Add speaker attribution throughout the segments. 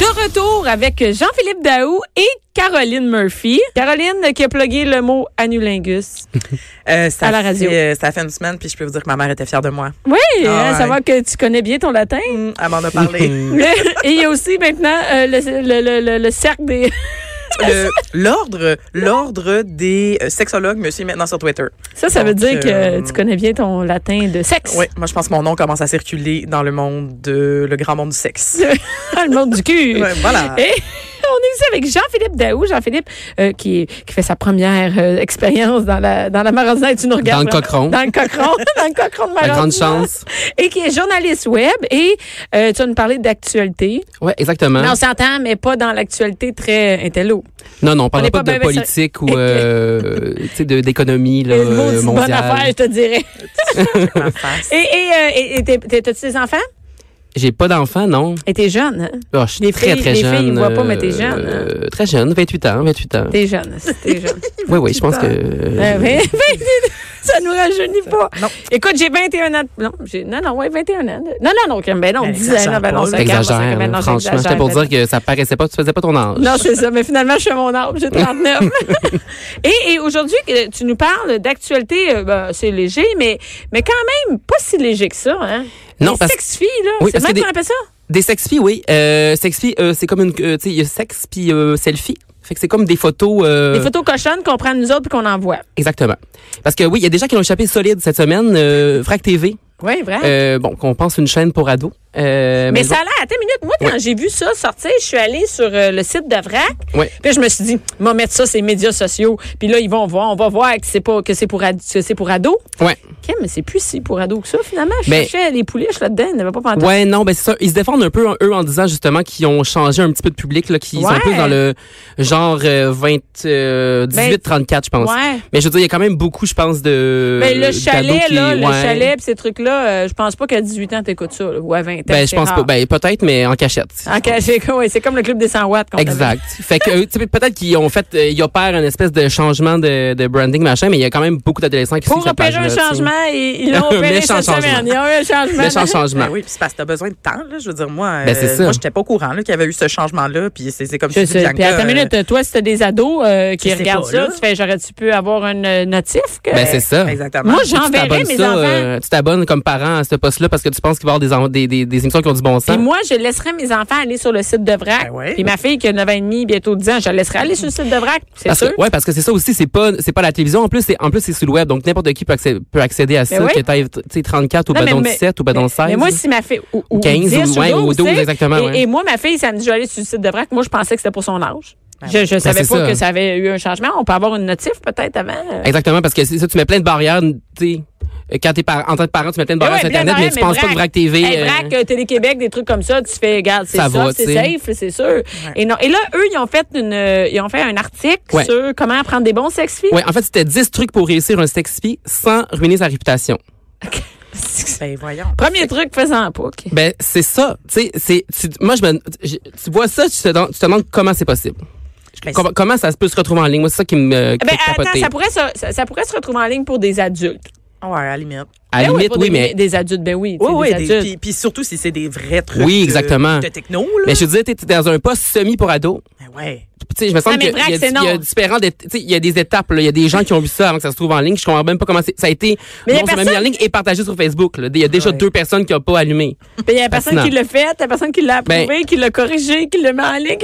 Speaker 1: De retour avec Jean-Philippe Daou et Caroline Murphy. Caroline qui a plugué le mot anulingus.
Speaker 2: Euh, ça
Speaker 1: À la radio.
Speaker 2: Fait, euh, ça fait une semaine, puis je peux vous dire que ma mère était fière de moi.
Speaker 1: Oui,
Speaker 2: Ah
Speaker 1: hein,
Speaker 2: ouais.
Speaker 1: ça va que tu connais bien ton latin.
Speaker 2: Hum, elle m'en a parlé.
Speaker 1: et il y a aussi maintenant euh, le, le- le- le- le cercle des...
Speaker 2: Le- L'ordre, l'ordre des euh, sexologues me suit maintenant sur Twitter.
Speaker 1: Ça, ça veut
Speaker 2: Donc,
Speaker 1: dire que
Speaker 2: euh,
Speaker 1: tu connais bien ton latin de sexe.
Speaker 2: Oui, moi je pense que mon nom commence à circuler dans le monde de le grand monde du sexe.
Speaker 1: Ah, le monde du cul.
Speaker 2: Ouais, voilà.
Speaker 1: Et on est ici avec Jean-Philippe Daou. Jean-Philippe, euh, qui, qui fait sa première euh, expérience dans la, dans la Marosina et tu nous
Speaker 3: Dans
Speaker 1: regardes.
Speaker 3: le cochon.
Speaker 1: Dans le cochon. dans le cochon de
Speaker 3: La grande
Speaker 1: Marosina.
Speaker 3: chance.
Speaker 1: Et qui est journaliste web. Et euh, tu vas nous parler d'actualité.
Speaker 3: Oui, exactement.
Speaker 1: Mais
Speaker 3: Non,
Speaker 1: on s'entend, mais pas dans l'actualité très intello.
Speaker 3: non, on
Speaker 1: on est
Speaker 3: parle pas,
Speaker 1: pas
Speaker 3: de
Speaker 1: bien, mais ça-
Speaker 3: politique ou euh, tu sais, de- d'économie là,
Speaker 1: Le mot
Speaker 3: euh,
Speaker 1: d'une bonne affaire, je
Speaker 3: mondiale.
Speaker 1: te dirais.
Speaker 2: Ma face.
Speaker 1: Et et, euh, et- et t'es- t'es- t'as-tu des enfants?
Speaker 3: J'ai pas d'enfant, non.
Speaker 1: Et t'es jeune, hein?
Speaker 3: Ah, je suis
Speaker 1: Les
Speaker 3: très,
Speaker 1: filles-
Speaker 3: très
Speaker 1: les
Speaker 3: jeune.
Speaker 1: filles, ils voient pas,
Speaker 3: euh,
Speaker 1: mais t'es jeune, hein.
Speaker 3: euh, très jeune, 28 ans, 28 ans.
Speaker 1: T'es jeune. c'est- T'es jeune.
Speaker 3: Oui, oui, je pense que...
Speaker 1: Ben, ben, ben, ça nous rajeunit
Speaker 3: Euh,
Speaker 1: pas.
Speaker 2: Non.
Speaker 1: Écoute, j'ai 21 ans. de- Non, j'ai, non, non, ouais, 21 ans. de- Non, non, non, ok, ben non,
Speaker 2: Ben,
Speaker 1: 10 ans.
Speaker 2: exagère
Speaker 1: Ben non,
Speaker 2: pas,
Speaker 1: 5
Speaker 2: là.
Speaker 1: ans.
Speaker 3: Exagère, là, franchement. C'était pour dire que ça paraissait pas, tu faisais pas ton âge.
Speaker 1: Non, c'est ça, mais finalement, je suis à mon arbre, j'ai 39. et et aujourd'hui, que tu nous parles d'actualité, euh, ben, c'est léger, mais, mais quand même, pas si léger que ça. Hein?
Speaker 3: Non,
Speaker 1: Les
Speaker 3: parce-
Speaker 1: sex-filles, là,
Speaker 3: Oui,
Speaker 1: c'est
Speaker 3: parce
Speaker 1: même
Speaker 3: que
Speaker 1: qu'on
Speaker 3: des-
Speaker 1: appelle ça?
Speaker 3: Des sex-filles, oui. Euh, sex-filles, euh, c'est comme une... euh, tu sais, il y a sexe puis euh, selfie. Fait que c'est comme des photos... euh,
Speaker 1: Des photos cochonnes qu'on prend nous autres puis qu'on envoie.
Speaker 3: Exactement. Parce que oui, il y a des gens qui l'ont échappé solide cette semaine. Euh, Frac TV,
Speaker 1: Oui, vrai.
Speaker 3: euh, bon, qu'on pense une chaîne pour ados. Euh,
Speaker 1: Ah. Mais
Speaker 3: bon.
Speaker 1: ça allait, attends une minute. Moi, quand j'ai vu ça sortir, je suis allée sur euh, le site d'Avrac.
Speaker 3: Ouais.
Speaker 1: Puis je me suis dit, m'en mettre ça, ces médias sociaux. Puis là, ils vont voir, on va voir que c'est pas que c'est pour, ad- que c'est pour ados.
Speaker 3: Ouais.
Speaker 1: OK, mais c'est plus si pour ados que ça, finalement. Je
Speaker 3: Ben-
Speaker 1: cherchais les pouliches là-dedans, ils n'avaient pas pantoute.
Speaker 3: Ouais, non, ben c'est ça. Ils se défendent un peu, eux, en disant justement qu'ils ont changé un petit peu de public, là, qu'ils
Speaker 1: Ouais. Ben,
Speaker 3: sont plus dans le genre euh, 20, euh, 18, 34, je pense.
Speaker 1: Ouais.
Speaker 3: Mais je veux dire, il y a quand même beaucoup, je pense, de.
Speaker 1: Mais Ben, le
Speaker 3: d'ados
Speaker 1: chalet,
Speaker 3: Euh, qui-
Speaker 1: là, le
Speaker 3: ouais.
Speaker 1: chalet, pis ces trucs-là, euh, je pense pas qu'à 18 ans, t'écoutes ça, là, ou à 20 ans.
Speaker 3: Ben, je
Speaker 1: c'est
Speaker 3: pense pas.
Speaker 1: rare. Ah,
Speaker 3: Ben, peut-être, mais en cachette.
Speaker 1: En cachet, ouais, c'est comme le club des 100 watts. qu'on
Speaker 3: Exact. fait que euh, tu sais, peut-être qu'ils ont fait, euh, ils opèrent une espèce de changement de, de branding machin, mais il y a quand même beaucoup d'adolescents qui
Speaker 1: avait. Pour
Speaker 3: suivent cette
Speaker 1: opérer un
Speaker 3: page-là, tu sais.
Speaker 1: changement, ils ils l'ont
Speaker 3: Un
Speaker 1: opéré
Speaker 3: méchant
Speaker 1: cette semaine.
Speaker 3: changement.
Speaker 1: Il y a eu un changement.
Speaker 3: Méchant changement.
Speaker 2: Ben oui, puis c'est parce que t'as besoin de temps, là. Je veux dire, moi,
Speaker 3: Ben, c'est
Speaker 2: euh,
Speaker 3: ça.
Speaker 2: moi, j'étais pas au courant là, qu'il y avait eu ce changement-là, puis c'est c'est comme
Speaker 1: Je
Speaker 2: tu dis,
Speaker 1: sais.
Speaker 2: Bianca,
Speaker 1: Puis attends
Speaker 2: euh,
Speaker 1: une minute, toi, si t'as des ados euh, qui
Speaker 2: tu sais
Speaker 1: regardent
Speaker 2: pas,
Speaker 1: ça,
Speaker 2: là.
Speaker 1: tu fais j'aurais-tu pu avoir un euh, notif? Que...
Speaker 3: Ben, c'est ça.
Speaker 2: Exactement.
Speaker 1: Ah. moi,
Speaker 3: Tu
Speaker 1: j'enverrais
Speaker 3: t'abonnes
Speaker 1: mes
Speaker 3: ça,
Speaker 1: enfants.
Speaker 3: euh, tu t'abonnes comme parent à ce poste-là parce que tu penses qu'il va y avoir des en- des, des, des émissions qui ont du bon
Speaker 1: Puis
Speaker 3: sens.
Speaker 1: moi, je laisserais mes enfants aller sur le site de VRAC.
Speaker 2: Ben ouais.
Speaker 1: Puis ma fille qui a 9 ans et demi, bientôt 10 ans, je la laisserais aller sur le site de VRAC, c'est
Speaker 3: Parce
Speaker 1: sûr.
Speaker 3: que, ouais, parce que c'est ça aussi, c'est pas, c'est pas la télévision. En plus, c'est, en plus, c'est sous le web. Donc, n'importe qui peut, accé- peut accéder à ça,
Speaker 1: Ben oui.
Speaker 3: que t'ailles, tu sais, 34 ou
Speaker 1: Non, mais-
Speaker 3: badon
Speaker 1: mais-
Speaker 3: 17 ou badon
Speaker 1: mais-
Speaker 3: 16.
Speaker 1: Mais moi, si ma fille. Ou, ou
Speaker 3: 15 ou-
Speaker 1: 10
Speaker 3: ouais, ou 12,
Speaker 1: tu sais.
Speaker 3: exactement,
Speaker 1: Et,
Speaker 3: ouais.
Speaker 1: et moi, ma fille, ça me dit, je vais aller sur le site de VRAC. Moi, je pensais que c'était pour son âge. Je, je savais
Speaker 3: Ben c'est
Speaker 1: pas
Speaker 3: ça.
Speaker 1: que ça avait eu un changement. On peut avoir une notif peut-être avant. euh.
Speaker 3: Exactement, parce que c'est ça, tu mets plein de barrières, tu sais. Euh, Quand t'es par- en tant que parent, tu mets plein de barrières
Speaker 1: Ben ouais,
Speaker 3: sur
Speaker 1: plein de
Speaker 3: Internet, mais tu
Speaker 1: barrières,
Speaker 3: penses
Speaker 1: mais
Speaker 3: pas
Speaker 1: Vrac-
Speaker 3: que VRAC TV.
Speaker 1: Hey,
Speaker 3: euh,
Speaker 1: Vrac, euh, Télé-Québec, des trucs comme ça, tu fais, regarde, c'est
Speaker 3: Ça
Speaker 1: ça,
Speaker 3: va,
Speaker 1: c'est
Speaker 3: tu sais.
Speaker 1: safe, c'est sûr. Et non. Et là, eux, ils ont fait une, euh, ils ont fait un article
Speaker 3: Ouais.
Speaker 1: sur comment prendre des bons sex filles.
Speaker 3: Ouais, en fait, c'était 10 trucs pour réussir un sexy sans ruiner sa réputation.
Speaker 2: Ben voyons.
Speaker 1: Premier truc, fais-en pas. ok. Eh
Speaker 3: Ben, c'est ça. Tu sais, c'est, tu- moi, je me, je- tu vois ça, tu te, demandes- tu te demandes comment c'est possible.
Speaker 2: Ben,
Speaker 3: Comment, comment ça se peut se retrouver en ligne? Moi, c'est ça qui me. euh, qui
Speaker 1: Ben,
Speaker 3: me fait
Speaker 1: attends,
Speaker 3: capoter.
Speaker 1: ça pourrait, se- ça, ça pourrait se retrouver en ligne pour des adultes.
Speaker 2: c'est- Ouais, à la limite.
Speaker 3: À la
Speaker 1: Ben
Speaker 3: limite,
Speaker 1: pour des,
Speaker 3: oui, mais.
Speaker 1: Des adultes, ben oui, tu
Speaker 2: Oui,
Speaker 1: sais,
Speaker 2: oui.
Speaker 1: des
Speaker 2: des-
Speaker 1: adultes.
Speaker 2: Puis, puis surtout si c'est des vrais trucs.
Speaker 3: Oui,
Speaker 2: de-
Speaker 3: exactement.
Speaker 2: De, techno, là.
Speaker 3: Mais je te disais, t'es t'es dans un poste semi pour ado.
Speaker 2: Ben ouais.
Speaker 3: Tu sais, je me sens
Speaker 1: mais
Speaker 3: qu'il
Speaker 1: Braque,
Speaker 3: y, a-
Speaker 1: c'est
Speaker 3: il y
Speaker 1: non.
Speaker 3: a différents, dé- tu sais, il y a des étapes. là. Il y a des gens qui ont vu ça avant que ça se trouve en ligne. Je comprends même pas comment c'est- ça a été.
Speaker 1: Mais il y a
Speaker 3: non, ça m'a mis
Speaker 1: personne-
Speaker 3: en ligne et partagé sur Facebook. là. Il y a déjà
Speaker 2: Ouais.
Speaker 3: deux personnes qui n'ont pas allumé.
Speaker 1: Ben, Il y a personne
Speaker 3: Fascinant. Ben
Speaker 1: qui l'a fait, il y a personne qui l'a approuvé, qui l'a corrigé, qui le met en ligne.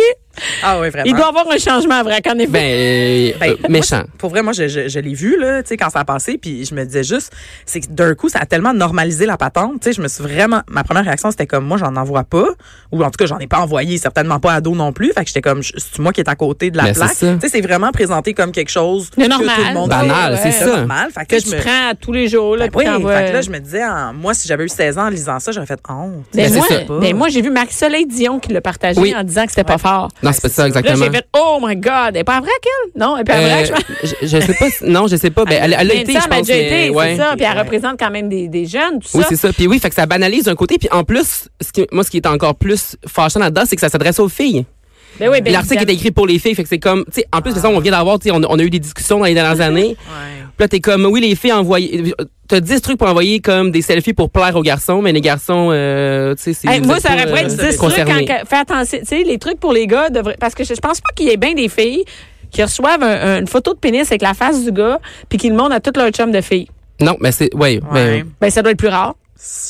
Speaker 2: Ah oui, vraiment.
Speaker 1: Il doit avoir un changement à Vrac, en effet.
Speaker 3: Ben, euh,
Speaker 2: Ben,
Speaker 3: euh,
Speaker 2: moi,
Speaker 3: méchant.
Speaker 2: c'est- pour vrai, moi, je, je- je l'ai vu, là, tu sais, quand ça a passé, puis je me disais juste, c'est que d'un coup, ça a tellement normalisé la patente, tu sais, je me suis vraiment, ma première réaction, c'était comme, moi, j'en envoie pas, ou en tout cas, j'en ai pas envoyé, certainement pas à dos non plus, fait que j'étais comme, je- c'est moi qui est à côté de la
Speaker 3: Ben, c'est
Speaker 2: plaque.
Speaker 3: ça.
Speaker 2: Tu sais, c'est vraiment présenté comme quelque chose
Speaker 1: De
Speaker 2: que
Speaker 1: normal. Ben
Speaker 2: tout le monde
Speaker 3: Banal,
Speaker 2: fait.
Speaker 3: c'est
Speaker 2: C'est
Speaker 3: ça.
Speaker 2: normal, fait que,
Speaker 1: que
Speaker 2: je
Speaker 1: tu
Speaker 2: me-
Speaker 1: prends tous les jours. Là,
Speaker 2: Ben
Speaker 1: puis
Speaker 2: oui,
Speaker 1: t'envoies-
Speaker 2: fait que là, je me disais, en- moi, si j'avais eu 16 ans en lisant ça, j'aurais fait oh, honte.
Speaker 1: Ben,
Speaker 3: Ben, c'est
Speaker 1: moi,
Speaker 3: ça.
Speaker 1: ben, moi, j'ai vu Marie-Soleil Dion qui l'a partagé
Speaker 3: Oui.
Speaker 1: en disant que c'était pas fort.
Speaker 3: Non, c'est pas ça,
Speaker 1: Là,
Speaker 3: exactement.
Speaker 1: j'ai fait Oh my God, elle est pas vraie qu'elle? Non, elle est pas vraie.
Speaker 3: Euh, je, je sais pas. si- Non, je sais pas. Ben, elle, elle a été, je pense.
Speaker 1: déjà
Speaker 3: mais-
Speaker 1: été, c'est
Speaker 3: ouais.
Speaker 1: ça. Puis elle
Speaker 2: Ouais.
Speaker 1: représente quand même des, des jeunes, tout
Speaker 3: Oui,
Speaker 1: ça.
Speaker 3: c'est ça. Puis oui, fait que ça banalise d'un côté. Puis en plus, ce qui- moi, ce qui est encore plus fâchant là-dedans, c'est que ça s'adresse aux filles.
Speaker 1: Ben oui, ben,
Speaker 3: L'article est
Speaker 1: évidemment. Mm-hmm.
Speaker 3: écrit pour les filles, fait que c'est comme, tu sais, en plus de ça, on vient d'avoir, tu sais, on, on a eu des discussions dans les dernières années.
Speaker 2: Ouais.
Speaker 3: Puis Puis là, t'es comme, oui, les filles envoyées. T'as 10 trucs pour envoyer comme des selfies pour plaire aux garçons, mais les garçons, euh, tu sais, c'est.
Speaker 1: Hey,
Speaker 3: vous
Speaker 1: moi,
Speaker 3: êtes
Speaker 1: ça
Speaker 3: pas,
Speaker 1: aurait pu
Speaker 3: euh,
Speaker 1: être 10
Speaker 3: concernés.
Speaker 1: trucs. en- fais attention. Tu sais, les trucs pour les gars, devraient- parce que je, je pense pas qu'il y ait bien des filles qui reçoivent un- un- une photo de pénis avec la face du gars, puis qui le montrent à toutes leurs chums de filles.
Speaker 3: Non, mais c'est.
Speaker 2: Ouais.
Speaker 3: Ouais, mais-
Speaker 1: Ben, ça doit être plus rare.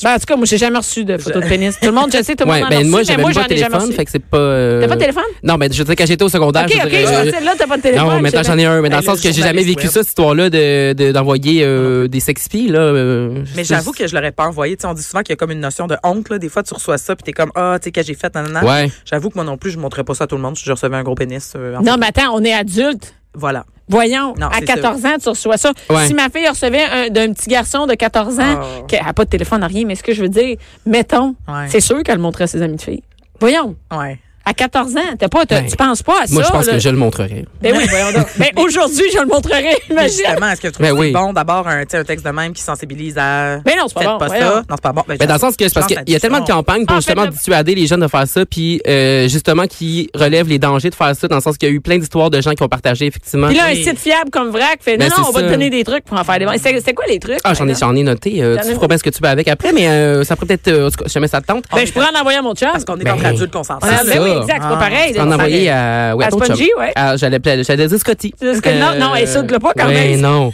Speaker 1: Ben, en tout cas, moi, j'ai jamais reçu de photo de pénis. Tout le monde, je sais, tout le
Speaker 3: ouais,
Speaker 1: monde en a
Speaker 3: ben
Speaker 1: reçu,
Speaker 3: moi,
Speaker 1: mais
Speaker 3: j'avais
Speaker 1: moi,
Speaker 3: même pas
Speaker 1: j'en
Speaker 3: de
Speaker 1: ai jamais
Speaker 3: téléphone,
Speaker 1: reçu.
Speaker 3: fait que c'est pas. euh,
Speaker 1: T'as pas de téléphone?
Speaker 3: Non, mais je dirais quand j'étais au secondaire,
Speaker 1: OK,
Speaker 3: je
Speaker 1: OK,
Speaker 3: dirais. euh,
Speaker 1: je pensais, là, t'as pas de téléphone.
Speaker 3: non, maintenant j'en ai un, mais dans
Speaker 2: Ben,
Speaker 3: le sens
Speaker 2: le
Speaker 3: que j'ai jamais
Speaker 2: journaliste
Speaker 3: vécu
Speaker 2: web.
Speaker 3: ça, cette histoire-là, de, de- d'envoyer euh, des sexpies, là. euh,
Speaker 2: Mais
Speaker 3: c'est-
Speaker 2: j'avoue que je l'aurais pas envoyé. Tu sais, on dit souvent qu'il y a comme une notion de honte. Là. Des fois, tu reçois ça, puis t'es comme, ah, tu sais, qu'est-ce que j'ai fait,
Speaker 1: hein,
Speaker 2: nanana.
Speaker 3: Ouais.
Speaker 2: J'avoue que moi non plus, je montrais pas ça à tout le monde. Je recevais un gros pénis. euh, en
Speaker 1: Non,
Speaker 2: fait.
Speaker 1: mais attends, on est adulte.
Speaker 2: Voilà.
Speaker 1: Voyons,
Speaker 2: Non,
Speaker 1: à
Speaker 2: c'est ça.
Speaker 1: 14 ans, tu reçois ça.
Speaker 3: Ouais.
Speaker 1: Si ma fille recevait un- d'un petit garçon de 14 ans,
Speaker 2: Oh.
Speaker 1: qui n'a pas de téléphone, rien, mais ce que je veux dire, mettons,
Speaker 2: Ouais.
Speaker 1: c'est sûr qu'elle le montrait à ses amis de filles. Voyons,
Speaker 2: Ouais.
Speaker 1: à 14 ans, t'as pas, t'as-
Speaker 3: Ben,
Speaker 1: tu penses pas à ça.
Speaker 3: Moi, je pense
Speaker 1: là.
Speaker 3: que je le montrerai.
Speaker 1: Ben oui, voyons donc. Ben aujourd'hui, je le montrerai,
Speaker 2: Mais
Speaker 1: imagine.
Speaker 2: justement, est-ce que tu trouves
Speaker 3: Ben
Speaker 2: que c'est
Speaker 3: oui.
Speaker 2: bon d'abord un, tu sais, un texte de même qui sensibilise à.
Speaker 1: Ben non, c'est pas
Speaker 2: Faites
Speaker 1: bon,
Speaker 2: pas
Speaker 1: voyons.
Speaker 2: ça. Non, c'est pas bon. Ben,
Speaker 3: Ben, dans le sens que c'est parce
Speaker 2: je
Speaker 3: qu'il
Speaker 2: pense
Speaker 3: y a tellement de
Speaker 2: là-dessus,
Speaker 3: campagnes pour
Speaker 1: Ah,
Speaker 3: justement
Speaker 1: faites-le.
Speaker 3: dissuader les jeunes de faire ça, puis euh, justement qui relèvent les dangers de faire ça, dans le sens qu'il y a eu plein d'histoires de gens qui ont partagé effectivement.
Speaker 1: Puis là, un
Speaker 2: Oui.
Speaker 1: site fiable comme Vrac fait, non,
Speaker 3: Ben,
Speaker 1: non,
Speaker 3: c'est
Speaker 1: on va
Speaker 3: ça.
Speaker 1: te donner des trucs pour en faire des bons. C'est c'est quoi les trucs? Ben,
Speaker 3: Ah, j'en
Speaker 1: par
Speaker 3: ai,
Speaker 1: exemple?
Speaker 3: j'en ai noté. euh,
Speaker 1: J'en ai-
Speaker 3: tu feras bien ce que tu veux avec après, mais euh, ça pourrait peut-être, euh, en tout cas, si jamais ça te tente.
Speaker 1: Ben, je pourrais en envoyer à mon chum.
Speaker 2: Parce qu'on est
Speaker 3: Ben,
Speaker 2: entre adultes consentants.
Speaker 1: Ah,
Speaker 3: c'est
Speaker 1: ben
Speaker 3: ça.
Speaker 1: oui, exact, c'est pas
Speaker 2: Ah,
Speaker 1: pareil.
Speaker 3: en
Speaker 1: c'est
Speaker 3: envoyer
Speaker 1: pareil.
Speaker 3: à, ouais,
Speaker 1: À
Speaker 3: ton chum.
Speaker 1: Spongy, ouais.
Speaker 3: Ah, j'allais, j'allais dire Scotty.
Speaker 1: Parce que non, non, insulte-le pas quand
Speaker 3: ouais,
Speaker 1: même.
Speaker 3: non.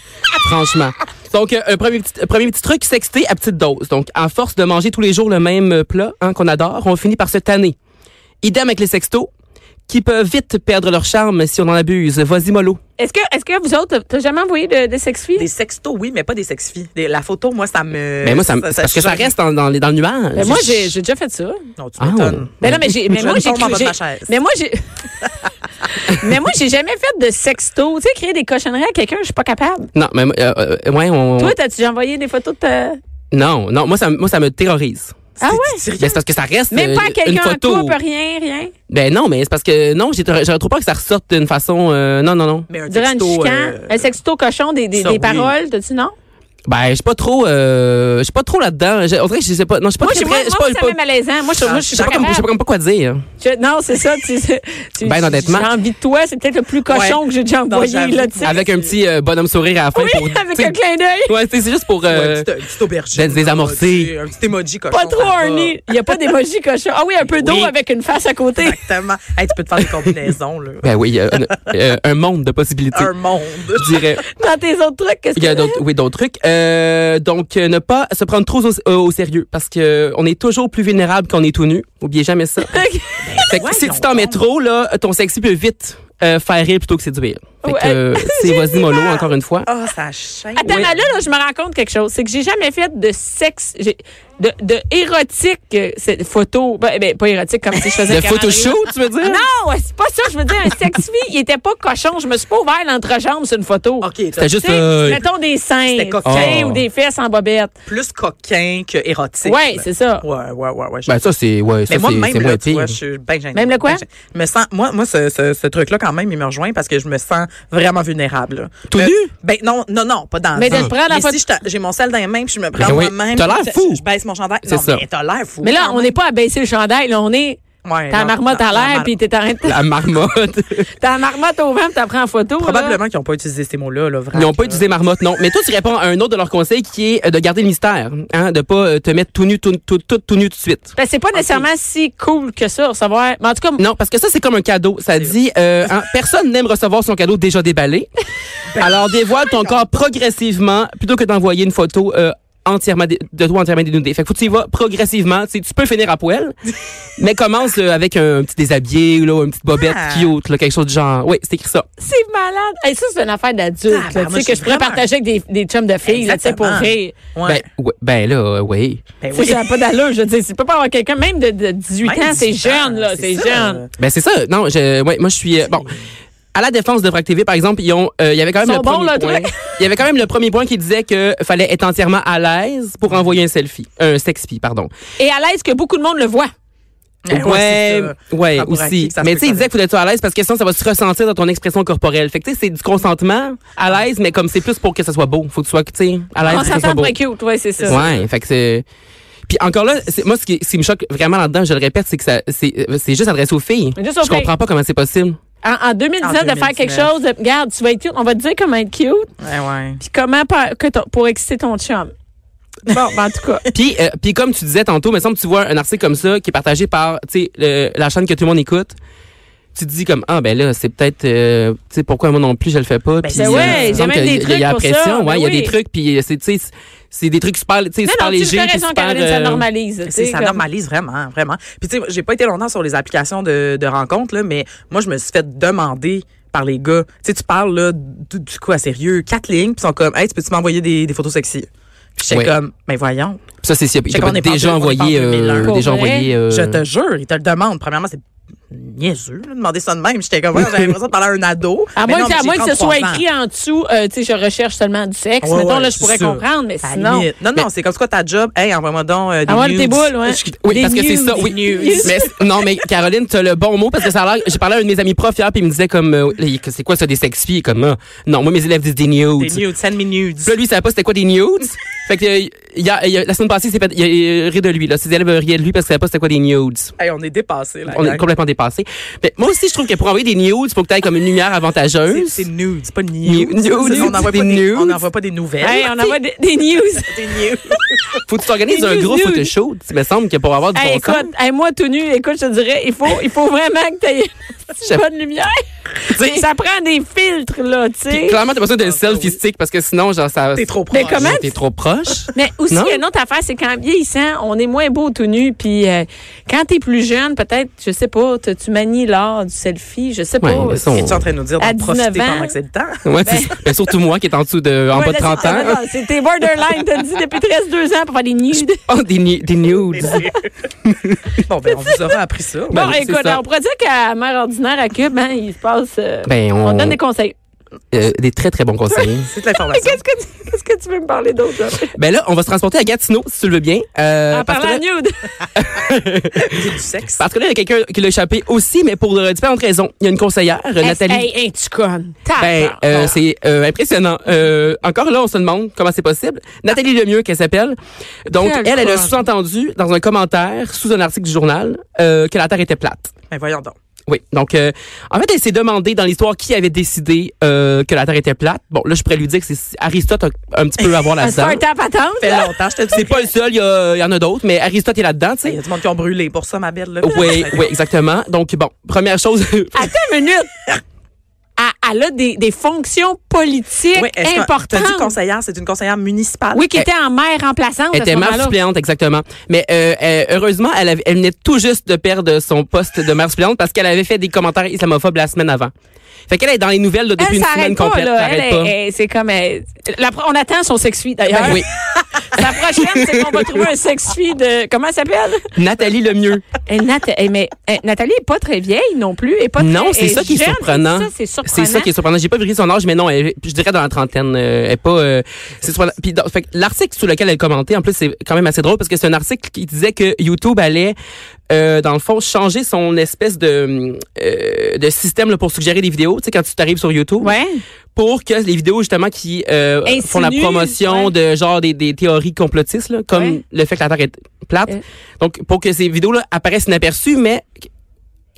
Speaker 3: Franchement. Donc, euh, un premier petit, un premier petit truc, s'exciter à petite dose. Donc, à force de manger tous les jours le même euh, plat hein, qu'on adore, on finit par se tanner. Idem avec les sextos, qui peuvent vite perdre leur charme si on en abuse. Vas-y, mollo.
Speaker 1: Est-ce que, est-ce que vous autres, t'as jamais envoyé de, de sex
Speaker 2: Des sextos, oui, mais pas des sexfies. Des- La photo, moi, ça me.
Speaker 3: Mais Ben, moi, ça, me- c'est parce que ça reste dans, dans les- dans le nuage.
Speaker 1: Ben, moi, j'ai j'ai déjà fait ça.
Speaker 2: Non, tu
Speaker 3: Ah,
Speaker 2: m'étonnes.
Speaker 1: Ben non, mais j'ai, mais
Speaker 2: Je
Speaker 1: moi,
Speaker 2: ne
Speaker 1: j'ai
Speaker 2: tombe en
Speaker 1: cru-
Speaker 2: bas de
Speaker 1: j'ai-
Speaker 2: ma chaise.
Speaker 1: Mais moi, j'ai. mais moi, j'ai jamais fait de sexto. Tu sais, créer des cochonneries à quelqu'un, je suis pas capable.
Speaker 3: Non, mais euh, euh, ouais, on.
Speaker 1: Toi, t'as-tu déjà envoyé des photos de ta.
Speaker 3: Non, non, moi ça, me- moi, ça me terrorise.
Speaker 1: Ah ouais?
Speaker 2: C'est sérieux.
Speaker 3: Mais c'est parce que ça reste
Speaker 1: Même
Speaker 3: euh,
Speaker 1: pas à
Speaker 3: une
Speaker 1: quelqu'un en
Speaker 3: photo.
Speaker 1: couple, rien, rien.
Speaker 3: Ben non, mais c'est parce que non, j'ai- j'aurais trop peur que ça ressorte d'une façon. euh, non, non, non.
Speaker 2: Mais un
Speaker 1: Durant une
Speaker 2: texto,
Speaker 1: chicane,
Speaker 2: euh,
Speaker 1: un sexto cochon, des, des,
Speaker 2: ça,
Speaker 1: des
Speaker 2: oui.
Speaker 1: paroles, t'as-tu non?
Speaker 3: Ben, je suis pas trop, euh, je suis pas trop là-dedans. J'ai- On dirait que je sais pas. Non, je suis pas
Speaker 1: Moi,
Speaker 3: très,
Speaker 1: je- moi,
Speaker 3: très- je suis
Speaker 1: moi,
Speaker 3: pas-
Speaker 1: ça m'est malaisant. Moi, je moi, Ah. je
Speaker 3: je
Speaker 1: suis
Speaker 3: sais
Speaker 1: pas
Speaker 3: pas, comme- je sais pas
Speaker 1: capable.
Speaker 3: comme pas quoi dire.
Speaker 1: Je- Non, c'est ça. Tu, tu,
Speaker 3: Ben, honnêtement.
Speaker 1: J'ai envie de toi. C'est peut-être le plus cochon
Speaker 2: Ouais.
Speaker 1: que j'ai déjà
Speaker 2: Non,
Speaker 1: envoyé,
Speaker 2: j'avoue.
Speaker 1: là, tu sais.
Speaker 3: Avec un petit euh, bonhomme sourire à la fin.
Speaker 1: Oui,
Speaker 3: pour,
Speaker 1: avec
Speaker 3: tu sais,
Speaker 1: un clin d'œil.
Speaker 3: Ouais, c'est c'est juste pour. euh,
Speaker 2: Ouais, une petite aubergine.
Speaker 3: d'être désamorcé.
Speaker 2: là, tu sais, Un petit emoji cochon.
Speaker 1: Pas trop
Speaker 2: ça
Speaker 1: un
Speaker 2: va.
Speaker 1: nid. Il n'y a pas d'émoji cochon. Ah oui, un peu d'eau
Speaker 3: Oui.
Speaker 1: avec une face à côté.
Speaker 2: Exactement. Hey, tu peux te faire des combinaisons, là.
Speaker 3: Ben oui, euh, un, euh, un monde de possibilités.
Speaker 2: Un monde.
Speaker 3: Je dirais.
Speaker 1: Dans tes autres trucs, qu'est-ce
Speaker 3: Il y a
Speaker 1: que
Speaker 3: d'autres, oui, d'autres trucs. Euh, donc, euh, ne pas se prendre trop au, euh, au sérieux parce que euh, on est toujours plus vulnérable quand on est tout nu. Oubliez jamais ça. Fait que
Speaker 2: voyons
Speaker 3: si tu t'en mets
Speaker 2: donc.
Speaker 3: trop, là, ton sexy peut vite euh, faire rire plutôt que séduire. Fait que
Speaker 1: Ouais. bah,
Speaker 3: euh, c'est vas-y mollo encore une
Speaker 1: oh,
Speaker 3: fois.
Speaker 2: Ah, ça chaîne.
Speaker 1: Attends,
Speaker 3: Oui.
Speaker 1: mais là, là, je me rends compte quelque chose. C'est que j'ai jamais fait de sexe, j'ai- de, de érotique, euh, cette photo. Ben, ben, pas érotique comme si je faisais
Speaker 3: Le
Speaker 1: un calendrier.
Speaker 3: photoshoot, tu veux dire?
Speaker 1: Non, c'est pas ça. Je veux dire, un sex-fille, il était pas cochon. Je me suis pas ouvert l'entrejambe sur une photo.
Speaker 2: OK,
Speaker 3: C'était
Speaker 2: t'as
Speaker 1: Tu
Speaker 3: juste.
Speaker 1: sais,
Speaker 3: euh,
Speaker 1: mettons des seins,
Speaker 2: C'était
Speaker 1: tu
Speaker 2: coquin.
Speaker 1: sais,
Speaker 3: Oh.
Speaker 1: ou des fesses en bobette.
Speaker 2: plus coquin que érotique.
Speaker 1: Ouais, c'est ça.
Speaker 2: Ouais, ouais, ouais, ouais.
Speaker 3: Ben ça c'est ouais, ça
Speaker 2: mais moi,
Speaker 3: c'est c'est
Speaker 2: même,
Speaker 3: moins
Speaker 2: là, tu
Speaker 3: pire.
Speaker 2: vois, je suis bien gênée.
Speaker 1: Même le quoi?
Speaker 2: Ben gênée. Je me sens, moi, moi ce, ce, ce truc-là, quand même, il me rejoint parce que je me sens vraiment vulnérable. là.
Speaker 3: Tout
Speaker 2: Euh,
Speaker 3: nu?
Speaker 2: Ben non, non, non, pas dans
Speaker 1: Mais de te prendre la
Speaker 2: Mais
Speaker 1: photo-
Speaker 2: si je te- j'ai mon sel dans les mains puis je me
Speaker 3: Ben
Speaker 2: prends
Speaker 3: oui,
Speaker 2: moi-même.
Speaker 3: t'as l'air
Speaker 2: je-
Speaker 3: fou.
Speaker 2: Je, baisse mon chandail.
Speaker 3: C'est
Speaker 2: Non,
Speaker 3: ça.
Speaker 2: mais t'as l'air fou.
Speaker 1: Mais là, on n'est pas à baisser le chandail. Là, on est.
Speaker 2: Ouais,
Speaker 1: T'as la
Speaker 2: non,
Speaker 1: marmotte à
Speaker 2: non, la
Speaker 1: l'air,
Speaker 2: mar-
Speaker 1: puis t'es en-
Speaker 3: La marmotte.
Speaker 1: t'as la marmotte au vent, puis t'as pris en photo. là.
Speaker 2: Probablement qu'ils n'ont pas utilisé ces mots-là, là, vraiment.
Speaker 3: Ils n'ont pas utilisé marmotte, non. Mais toi, tu réponds à un autre de leurs conseils qui est euh, de garder le mystère, hein, de pas euh, te mettre tout nu, tout, tout, tout, tout nu tout de suite.
Speaker 1: Ben, c'est pas nécessairement si cool que ça, recevoir. Mais en tout cas,
Speaker 3: Non, parce que ça, c'est comme un cadeau. Ça dit, euh, hein, personne n'aime recevoir son cadeau déjà déballé.
Speaker 2: Ben
Speaker 3: Alors, dévoile ton corps progressivement plutôt que d'envoyer une photo euh, entièrement dé- de toi entièrement dénudé. Fait que faut que tu y vas progressivement. Tu sais, tu peux finir à poil, mais commence euh, avec un petit déshabillé, là, ou une petite bobette
Speaker 2: Ah.
Speaker 3: cute, là, quelque chose de genre. Oui, c'est écrit ça.
Speaker 1: c'est malade. Et ça, c'est une affaire
Speaker 2: Ah,
Speaker 1: d'adulte, là,
Speaker 2: ben,
Speaker 1: tu
Speaker 2: moi,
Speaker 1: sais, que je pourrais
Speaker 2: vraiment-
Speaker 1: partager avec des, des chums de filles, là, tu sais, pour
Speaker 2: Exactement.
Speaker 1: rire.
Speaker 2: Ouais.
Speaker 3: Ben, ouais, ben là, euh, oui.
Speaker 2: Ben
Speaker 1: Tu sais,
Speaker 2: oui.
Speaker 1: Ça n'a pas d'allure, je veux dire. Tu peux pas avoir quelqu'un, même de, de 18
Speaker 2: Même
Speaker 1: ans, c'est
Speaker 2: 18 ans,
Speaker 1: jeune, là, c'est
Speaker 2: ça.
Speaker 1: jeune.
Speaker 3: Ben c'est ça. Non, je, ouais, moi je suis euh, bon. À la défense de Vrac TV, par exemple, ils ont, euh, il y avait quand même
Speaker 1: Ils
Speaker 3: le
Speaker 1: sont bons,
Speaker 3: premier
Speaker 1: là,
Speaker 3: point.
Speaker 1: toi.
Speaker 3: Il y avait quand même le premier point qui disait que fallait être entièrement à l'aise pour envoyer un selfie, un sexpie, pardon.
Speaker 1: Et à l'aise que beaucoup de monde le voit.
Speaker 2: Ben oui, c'est
Speaker 3: ouais,
Speaker 2: ça.
Speaker 3: ouais,
Speaker 2: Ah, pour
Speaker 3: aussi.
Speaker 2: acquis, ça se
Speaker 3: Mais
Speaker 2: peut
Speaker 3: tu sais, il
Speaker 2: connaître.
Speaker 3: disait qu'il faut être à l'aise parce que sinon ça va se ressentir dans ton expression corporelle. Fait que tu sais, c'est du consentement à l'aise, mais comme c'est plus pour que ça soit beau, faut que tu sois, tu sais, à l'aise.
Speaker 1: On
Speaker 3: pour que ça soit
Speaker 1: s'entend
Speaker 3: beau.
Speaker 1: Ah, pour être cute, ouais, c'est ça.
Speaker 3: Ouais, fait que c'est. Puis encore là, c'est- moi, ce qui, ce qui me choque vraiment là-dedans, je le répète, euh, c'est que ça, c'est, c'est juste adressé aux filles.
Speaker 1: Juste aux
Speaker 3: je comprends pas comment c'est possible.
Speaker 1: En, en 2019, de faire
Speaker 2: 2019.
Speaker 1: quelque chose, de- regarde, tu vas être cute, on va te dire comment être cute,
Speaker 2: Ouais, ouais.
Speaker 1: puis comment pa- que ton- pour exciter ton chum. Bon, ben, en tout cas.
Speaker 3: Puis, euh, puis comme tu disais tantôt, mais semble que tu vois un article comme ça qui est partagé par tu sais, le- la chaîne que tout le monde écoute. Tu te dis comme ah ben là c'est peut-être euh, tu sais pourquoi moi non plus je le fais pas.
Speaker 2: Ben,
Speaker 3: Puis,
Speaker 2: ben
Speaker 3: euh,
Speaker 1: il
Speaker 2: ouais,
Speaker 3: il me
Speaker 1: y a
Speaker 3: semble
Speaker 1: même
Speaker 3: que
Speaker 1: des
Speaker 3: il y a- il y a
Speaker 1: trucs
Speaker 3: la
Speaker 1: pour ça,
Speaker 3: pression, ouais,
Speaker 1: ben
Speaker 3: il y a
Speaker 1: oui.
Speaker 3: des trucs puis euh, c'est tu sais c'est- c'est des trucs super tu sais super
Speaker 1: Non, non, tu
Speaker 3: légers
Speaker 1: as
Speaker 3: puis
Speaker 1: raison,
Speaker 3: super
Speaker 1: Caroline, ça
Speaker 3: euh,
Speaker 1: normalise. tu
Speaker 2: C'est-
Speaker 1: sais,
Speaker 2: ça
Speaker 1: comme-
Speaker 2: normalise vraiment, vraiment. Puis tu sais, j'ai pas été longtemps sur les applications de, de rencontres, là, mais moi, je me suis fait demander par les gars. Tu sais, tu parles là, du, du coup à sérieux, quatre lignes, puis ils sont comme, hey, tu peux-tu m'envoyer des, des photos sexy? Puis j'étais
Speaker 3: Ouais.
Speaker 2: comme, mais voyons,
Speaker 3: ça c'est si
Speaker 2: qu'on est
Speaker 3: déjà
Speaker 2: parti- on est parti
Speaker 3: envoyé
Speaker 2: en 2001.
Speaker 3: euh, déjà
Speaker 1: Pour vrai,
Speaker 3: envoyé euh,
Speaker 2: je te jure, ils te le demandent. Premièrement, c'est niaiseux, là, de demander ça de même. J'étais comme, ouais, j'avais l'impression de parler à un ado.
Speaker 1: À
Speaker 2: Mais
Speaker 1: moins,
Speaker 2: non,
Speaker 1: que, à
Speaker 2: j'ai
Speaker 1: moins que ce
Speaker 2: 33
Speaker 1: soit
Speaker 2: ans.
Speaker 1: écrit en dessous, euh, tu sais, je recherche seulement du sexe.
Speaker 2: Ouais,
Speaker 1: Mettons,
Speaker 2: ouais,
Speaker 1: là, je
Speaker 2: c'est Ah,
Speaker 1: pourrais
Speaker 2: sûr.
Speaker 1: comprendre, mais
Speaker 2: À la
Speaker 1: sinon.
Speaker 2: limite. Non, non, c'est comme quoi ta job, hey, envoie-moi donc euh, des
Speaker 1: Ah ouais, tes
Speaker 2: nudes.
Speaker 1: boules, ouais.
Speaker 3: Oui,
Speaker 1: Des
Speaker 3: parce que c'est
Speaker 1: news,
Speaker 3: ça.
Speaker 1: des
Speaker 3: Oui.
Speaker 1: news.
Speaker 3: Mais c'est- non, mais Caroline, t'as le bon mot parce que ça a l'air. J'ai parlé à un de mes amis profs hier, puis il me disait comme, euh, les- que c'est quoi ça des sex filles comme euh, non, moi mes élèves disent des nudes.
Speaker 2: Des nudes, send me nudes.
Speaker 3: Puis là, lui, il savait pas c'était quoi des nudes. fait que euh, il y a- il y a- la semaine passée, il s'est fait- il a euh, ri de lui. Là, ses élèves euh, riaient de lui parce qu'ils savaient pas c'était quoi des nudes.
Speaker 2: Hey, on est dépassé là.
Speaker 3: On est complètement dépassés. Mais moi aussi, je trouve que pour envoyer des nudes, faut que t'ailles comme une lumière avantageuse.
Speaker 2: C'est nude, c'est pas
Speaker 3: Nude,
Speaker 2: nude.
Speaker 3: nude,
Speaker 2: on n'envoie
Speaker 3: des
Speaker 2: pas, des-
Speaker 3: nudes.
Speaker 2: on n'envoie pas des nouvelles.
Speaker 1: Hey, on envoie des, des news.
Speaker 2: des nudes.
Speaker 3: Faut que tu t'organises
Speaker 1: Des
Speaker 3: un
Speaker 1: nudes,
Speaker 3: gros
Speaker 1: nudes.
Speaker 3: photo shoot. Il me semble que pour avoir du
Speaker 1: Hey,
Speaker 3: bon sens.
Speaker 1: écoute, hey, moi tout nu, écoute, je te dirais, il faut, il faut vraiment que tu aies une bonne lumière.
Speaker 3: sais.
Speaker 1: ça prend des filtres, là, tu
Speaker 3: Puis
Speaker 1: sais.
Speaker 3: Clairement, t'as besoin d'un selfie
Speaker 2: oui.
Speaker 3: stick parce que sinon, genre, ça.
Speaker 2: T'es trop
Speaker 1: Mais
Speaker 2: proche.
Speaker 1: comment-
Speaker 3: T'es trop proche.
Speaker 1: Mais aussi,
Speaker 3: Non?
Speaker 1: une autre affaire, c'est qu'en vieillissant, on est moins beau tout nu. Puis euh, quand t'es plus jeune, peut-être, je sais pas, tu tu manies l'art du selfie, je sais
Speaker 3: Ouais,
Speaker 1: pas.
Speaker 3: mais ça, on-
Speaker 2: Es-tu en train de nous dire
Speaker 1: À
Speaker 2: d'en profiter
Speaker 1: 19 ans.
Speaker 2: pendant que c'est le temps?
Speaker 3: Ouais, c'est ça. Ben, surtout moi qui est en dessous de en
Speaker 1: Ouais,
Speaker 3: bas de
Speaker 1: là,
Speaker 3: 30
Speaker 1: c'est- ah,
Speaker 3: ans.
Speaker 1: non, non, c'est- T'es borderline, t'as dit depuis 13 deux ans pour faire des nudes.
Speaker 3: Oh, des, nu- des nudes.
Speaker 2: bon, ben, on vous aura appris ça.
Speaker 3: Ben
Speaker 1: Bon,
Speaker 3: oui, c'est
Speaker 1: écoute,
Speaker 3: ça.
Speaker 1: on pourrait dire qu'à Mère Ordinaire à Cube, hein, il se passe. euh,
Speaker 3: Ben, on,
Speaker 1: on donne des conseils.
Speaker 3: euh, des très, très bons conseils.
Speaker 2: C'est de l'information.
Speaker 1: Qu'est-ce que, tu, qu'est-ce que tu veux me parler d'autre? là?
Speaker 3: ben là, on va se transporter à Gatineau, si tu le veux bien. Euh,
Speaker 1: en
Speaker 3: parce, que
Speaker 1: parlant
Speaker 3: là,
Speaker 1: nude.
Speaker 2: C'est du
Speaker 1: Bah.
Speaker 2: sexe.
Speaker 3: parce que là, il y a quelqu'un qui l'a échappé aussi, mais pour euh, différentes raisons. Il y a une conseillère, euh, Nathalie.
Speaker 1: Hey, ah, hey, tu connes. T'as
Speaker 3: Ben,
Speaker 1: peur.
Speaker 3: euh, c'est euh, impressionnant. Euh, encore là, on se demande comment c'est possible. Nathalie Lemieux, qu'elle s'appelle. Donc,
Speaker 1: Quelle
Speaker 3: elle, elle a
Speaker 1: conne.
Speaker 3: sous-entendu dans un commentaire, sous un article du journal, euh, que la Terre était plate.
Speaker 2: Ben, voyons donc.
Speaker 3: Oui, donc euh, en fait, elle s'est demandé dans l'histoire qui avait décidé euh, que la Terre était plate. Bon, là, je pourrais lui dire que c'est Aristote a un petit peu à voir
Speaker 1: Un
Speaker 3: là-dedans.
Speaker 1: start-up à tente,
Speaker 2: Fait
Speaker 1: là.
Speaker 2: longtemps, je te dis.
Speaker 3: C'est pas le seul, il y, a- il y en a d'autres, mais Aristote est là-dedans, tu
Speaker 2: Il y
Speaker 3: sais.
Speaker 2: a du monde qui ont brûlé pour ça, ma belle. Là. Ben,
Speaker 3: Oui, oui, exactement. Donc, bon, première chose,
Speaker 1: Attends une minute. Elle- Elle a des, des fonctions politiques
Speaker 2: Oui, est-ce que-
Speaker 1: importantes.
Speaker 2: T'as dit conseillère, c'est une conseillère municipale.
Speaker 1: oui, qui était en maire remplaçante.
Speaker 3: elle
Speaker 1: à ce
Speaker 3: était mère
Speaker 1: moment-là.
Speaker 3: suppléante, exactement. Mais euh, euh, heureusement, elle, avait- elle venait tout juste de perdre son poste de mère suppléante parce qu'elle avait fait des commentaires islamophobes la semaine avant. Fait qu'elle est dans les nouvelles là,
Speaker 1: Elle,
Speaker 3: depuis
Speaker 1: ça
Speaker 3: une semaine
Speaker 1: arrête pas,
Speaker 3: complète.
Speaker 1: là.
Speaker 3: ça arrête
Speaker 1: Elle,
Speaker 3: pas.
Speaker 1: elle, c'est comme. elle- la pro- on attend son sex-fille, d'ailleurs.
Speaker 3: Ben oui,
Speaker 1: La prochaine, c'est qu'on va trouver un sex-fille de. Comment elle s'appelle?
Speaker 3: Nathalie Lemieux.
Speaker 1: Eh, Nath- eh, mais, eh, Nathalie est pas très vieille non plus. Elle est pas
Speaker 3: Non,
Speaker 1: très-
Speaker 3: c'est
Speaker 1: elle
Speaker 3: ça qui est
Speaker 1: jeune.
Speaker 3: surprenant.
Speaker 1: Ça, c'est surprenant.
Speaker 3: C'est ça qui est surprenant. J'ai pas vérifié son âge, mais non, elle- je dirais dans la trentaine. euh, elle est pas. euh, c'est surprenant. Puis dans- fait que l'article sous lequel elle commentait, en plus, c'est quand même assez drôle parce que c'est un article qui disait que YouTube allait, euh, dans le fond, changer son espèce de euh, de système là, pour suggérer des vidéos. Tu sais, quand tu t'arrives sur YouTube,
Speaker 1: Ouais.
Speaker 3: pour que les vidéos justement qui euh,
Speaker 1: Insinuent,
Speaker 3: font la promotion
Speaker 1: ouais.
Speaker 3: de genre des, des théories complotistes, là, comme
Speaker 1: Ouais.
Speaker 3: le fait que la Terre est plate.
Speaker 1: Euh.
Speaker 3: Donc, pour que ces vidéos là apparaissent inaperçues, mais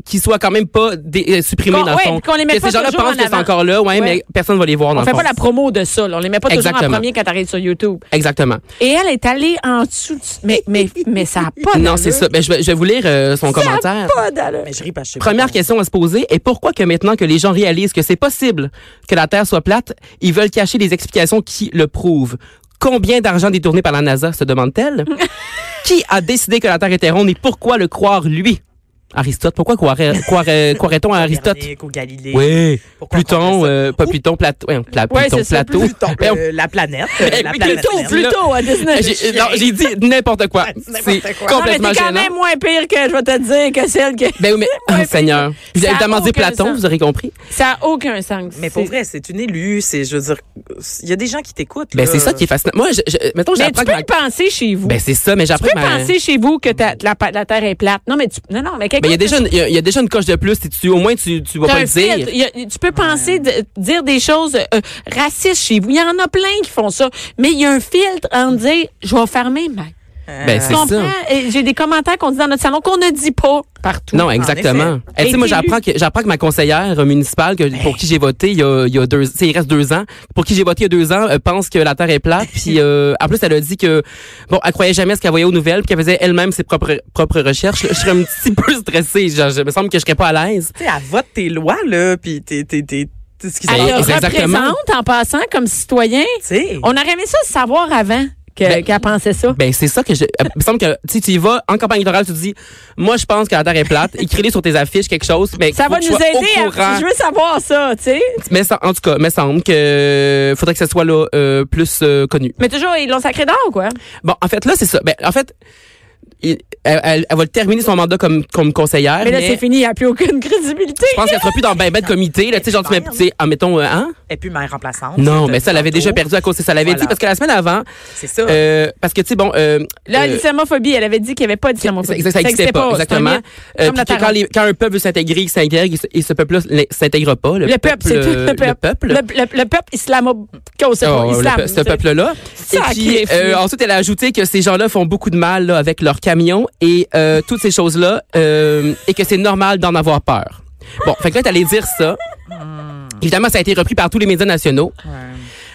Speaker 3: qu'ils soient quand même pas dé- euh, supprimées
Speaker 1: Qu'on-
Speaker 3: dans le
Speaker 1: ouais,
Speaker 3: fond.
Speaker 1: qu'on les mette
Speaker 3: que ces
Speaker 1: pas
Speaker 3: gens-là
Speaker 1: toujours
Speaker 3: pensent
Speaker 1: en
Speaker 3: que c'est
Speaker 1: avant.
Speaker 3: encore là,
Speaker 1: Ouais.
Speaker 3: ouais, mais personne va les voir dans
Speaker 1: On
Speaker 3: le
Speaker 1: fait
Speaker 3: fond.
Speaker 1: pas la promo de ça, là. On les met pas toujours
Speaker 3: Exactement.
Speaker 1: en premier quand t'arrives sur YouTube.
Speaker 3: Exactement.
Speaker 1: Et elle est allée en dessous du- Mais, mais, mais ça n'a pas
Speaker 3: non,
Speaker 1: d'allure.
Speaker 3: c'est ça. Ben, je, vais, je vais vous lire euh, son
Speaker 1: Ça
Speaker 3: commentaire.
Speaker 1: n'a pas d'allure.
Speaker 2: Mais Ben, je ris parce que je sais pas
Speaker 3: Première
Speaker 2: comment.
Speaker 3: question à se poser est pourquoi que maintenant que les gens réalisent que c'est possible que la Terre soit plate, ils veulent cacher les explications qui le prouvent. Combien d'argent détourné par la NASA se demande-t-elle Qui a décidé que la Terre était ronde et pourquoi le croire lui Aristote, pourquoi croirait- croirait- croirait-on à Aristote
Speaker 2: Copernic ou Galilée.
Speaker 3: Oui,
Speaker 2: Pourquoi on
Speaker 3: Pluton,
Speaker 2: croirait ça?
Speaker 3: euh, pas Pluton, Platon, ouais, Pla-
Speaker 1: Ouais,
Speaker 3: Pluton,
Speaker 1: c'est ça,
Speaker 3: Plateau.
Speaker 2: Pluton,
Speaker 3: Ben, on-
Speaker 2: euh, la planète. euh, la
Speaker 3: Pluton,
Speaker 2: planète.
Speaker 1: Plutôt,
Speaker 3: Là-
Speaker 1: plutôt à Disney.
Speaker 3: J'ai non, j'ai dit n'importe quoi.
Speaker 2: n'importe
Speaker 3: C'est
Speaker 2: quoi.
Speaker 1: Non, mais
Speaker 3: complètement
Speaker 1: t'es quand
Speaker 3: gênant.
Speaker 1: même moins pire que, je vais te dire, que celle que...
Speaker 3: Ben oui, mais, oh, Seigneur. Vous
Speaker 1: Ça
Speaker 3: avez
Speaker 1: a
Speaker 3: évidemment dit
Speaker 1: aucun
Speaker 3: Platon,
Speaker 1: sens.
Speaker 3: vous aurez compris.
Speaker 1: Ça n'a aucun sens.
Speaker 2: Mais pour
Speaker 1: C'est-
Speaker 2: vrai, c'est une élue. C'est, je veux dire, il y a des gens qui t'écoutent.
Speaker 3: Ben
Speaker 2: là.
Speaker 3: c'est ça qui est fascinant. Moi, je, je, mettons,
Speaker 1: Euh, Mais tu
Speaker 3: j'apprends que
Speaker 1: peux
Speaker 3: ma-
Speaker 1: le penser chez vous.
Speaker 3: Ben c'est ça, mais
Speaker 1: tu
Speaker 3: j'apprends
Speaker 1: peux
Speaker 3: que ma-
Speaker 1: penser chez vous que ta- la, pa- la Terre est plate. Non, mais tu... Non, non, mais quelqu'un...
Speaker 3: Ben, il y a déjà une, il y a- il y a déjà une coche de plus, si tu, au moins, tu, tu vas
Speaker 1: T'as
Speaker 3: pas
Speaker 1: un
Speaker 3: le
Speaker 1: filtre.
Speaker 3: dire.
Speaker 1: Il y a- tu peux penser, de- dire des choses euh, racistes chez vous. Il y en a plein qui font ça. Mais il y a un filtre en dire, je vais fermer ma
Speaker 2: Euh,
Speaker 3: Ben, c'est
Speaker 1: Tu comprends?
Speaker 3: ça.
Speaker 1: Et J'ai des commentaires qu'on dit dans notre salon qu'on ne dit pas partout.
Speaker 3: Non,
Speaker 2: effet.
Speaker 3: exactement. Et tu sais,
Speaker 1: Et
Speaker 3: moi,
Speaker 1: t'es
Speaker 3: j'apprends que, j'apprends que ma conseillère euh, municipale, que, pour qui j'ai voté il y a, il y a deux, tu sais, il reste deux ans, pour qui j'ai voté il y a deux ans, euh, pense que la Terre est plate. Puis, euh, en plus, elle a dit que, bon, elle croyait jamais ce qu'elle voyait aux nouvelles, puis qu'elle faisait elle-même ses propres, propres recherches. Je serais un petit peu stressée. Genre, je me semble que je serais pas à l'aise.
Speaker 2: Tu sais, elle vote tes lois, là, puis t'es, t'es, t'es, t'es- ce qui se
Speaker 1: Elle
Speaker 3: Ah,
Speaker 1: le
Speaker 2: passe.
Speaker 3: c'est exactement.
Speaker 1: représente en passant comme citoyen.
Speaker 2: Tu sais,
Speaker 1: On aurait aimé ça le savoir avant que- qu'elle
Speaker 3: Ben-
Speaker 1: pensait ça.
Speaker 3: Ben, c'est ça que je, il me semble que, tu sais, tu y vas, en campagne électorale, tu te dis, moi, je pense que la Terre est plate, écris-les sur tes affiches, quelque chose, mais.
Speaker 1: Ça
Speaker 3: faut
Speaker 1: va
Speaker 3: que
Speaker 1: nous
Speaker 3: tu sois au
Speaker 1: aider. À,
Speaker 3: courant.
Speaker 1: je veux savoir ça, tu sais.
Speaker 3: Mais, ça- en tout cas, me semble que, faudrait que ça soit, là, euh, plus, euh, connu.
Speaker 1: Mais toujours, ils l'ont sacré d'or, quoi.
Speaker 3: Bon, en fait, là, c'est ça. Ben, en fait, il- elle, elle- elle va le terminer son mandat comme, comme conseillère.
Speaker 1: Mais là, c'est fini, il n'y a plus aucune crédibilité.
Speaker 3: Ah, Je pense qu'elle sera plus dans ben, ben de comité. Là, tu sais, genre, tu mets, tu sais, ah, mettons, euh, hein?
Speaker 2: et puis mère remplaçante.
Speaker 3: Non,
Speaker 2: t'as
Speaker 3: mais ça, elle avait
Speaker 2: tantôt.
Speaker 3: déjà perdu à cause de ça. Elle l'avait
Speaker 2: Voilà.
Speaker 3: dit parce que la semaine avant,
Speaker 2: C'est ça.
Speaker 3: euh, parce que, tu sais, bon, euh,
Speaker 1: Là,
Speaker 3: euh,
Speaker 1: l'islamophobie, elle avait dit qu'il n'y avait pas
Speaker 3: ça,
Speaker 1: d'islamophobie.
Speaker 3: ça, ça existait pas,
Speaker 1: c'est un
Speaker 3: exactement.
Speaker 1: mythe.
Speaker 3: Euh,
Speaker 1: Comme
Speaker 3: puis
Speaker 1: la
Speaker 3: que quand,
Speaker 1: tarotte.
Speaker 3: les- quand un peuple veut s'intégrer, il s'intègre, il se- et ce peuple-là ne s'intègre pas. euh,
Speaker 1: Le peuple, c'est tout. Le peuple. Le, le- le peuple islamo... qu'on sait pas,
Speaker 3: Oh, le
Speaker 1: islam,
Speaker 3: peu-
Speaker 1: tu
Speaker 3: ce
Speaker 1: sais.
Speaker 3: peuple-là. Et puis,
Speaker 1: Sacrifié.
Speaker 3: euh, ensuite, elle a ajouté que ces gens-là font beaucoup de mal là, avec leurs camions et euh, toutes ces choses-là, euh, et que c'est normal d'en avoir peur. Bon, fait que là, t'allais dire ça.
Speaker 1: Hmm.
Speaker 3: Évidemment, ça a été repris par tous les médias nationaux.